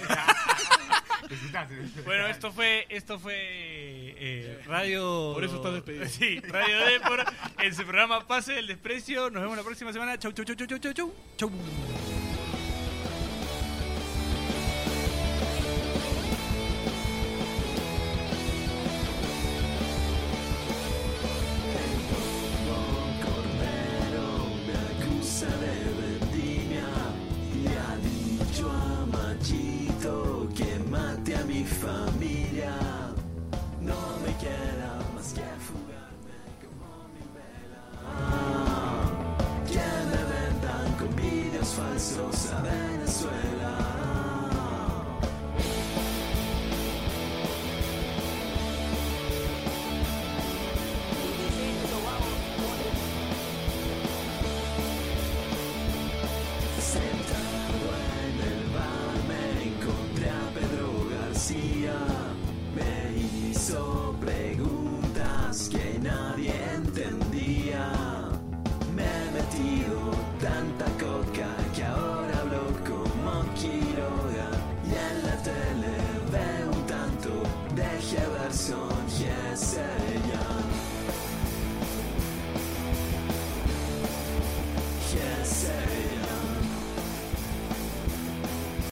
Speaker 2: Bueno, esto fue, esto fue eh, Radio.
Speaker 4: Por eso estás despedido.
Speaker 2: Sí, Radio Depor en su programa Pase del Desprecio. Nos vemos la próxima semana. Chau, chau, chau, chau, chau, chau, chau. Chau.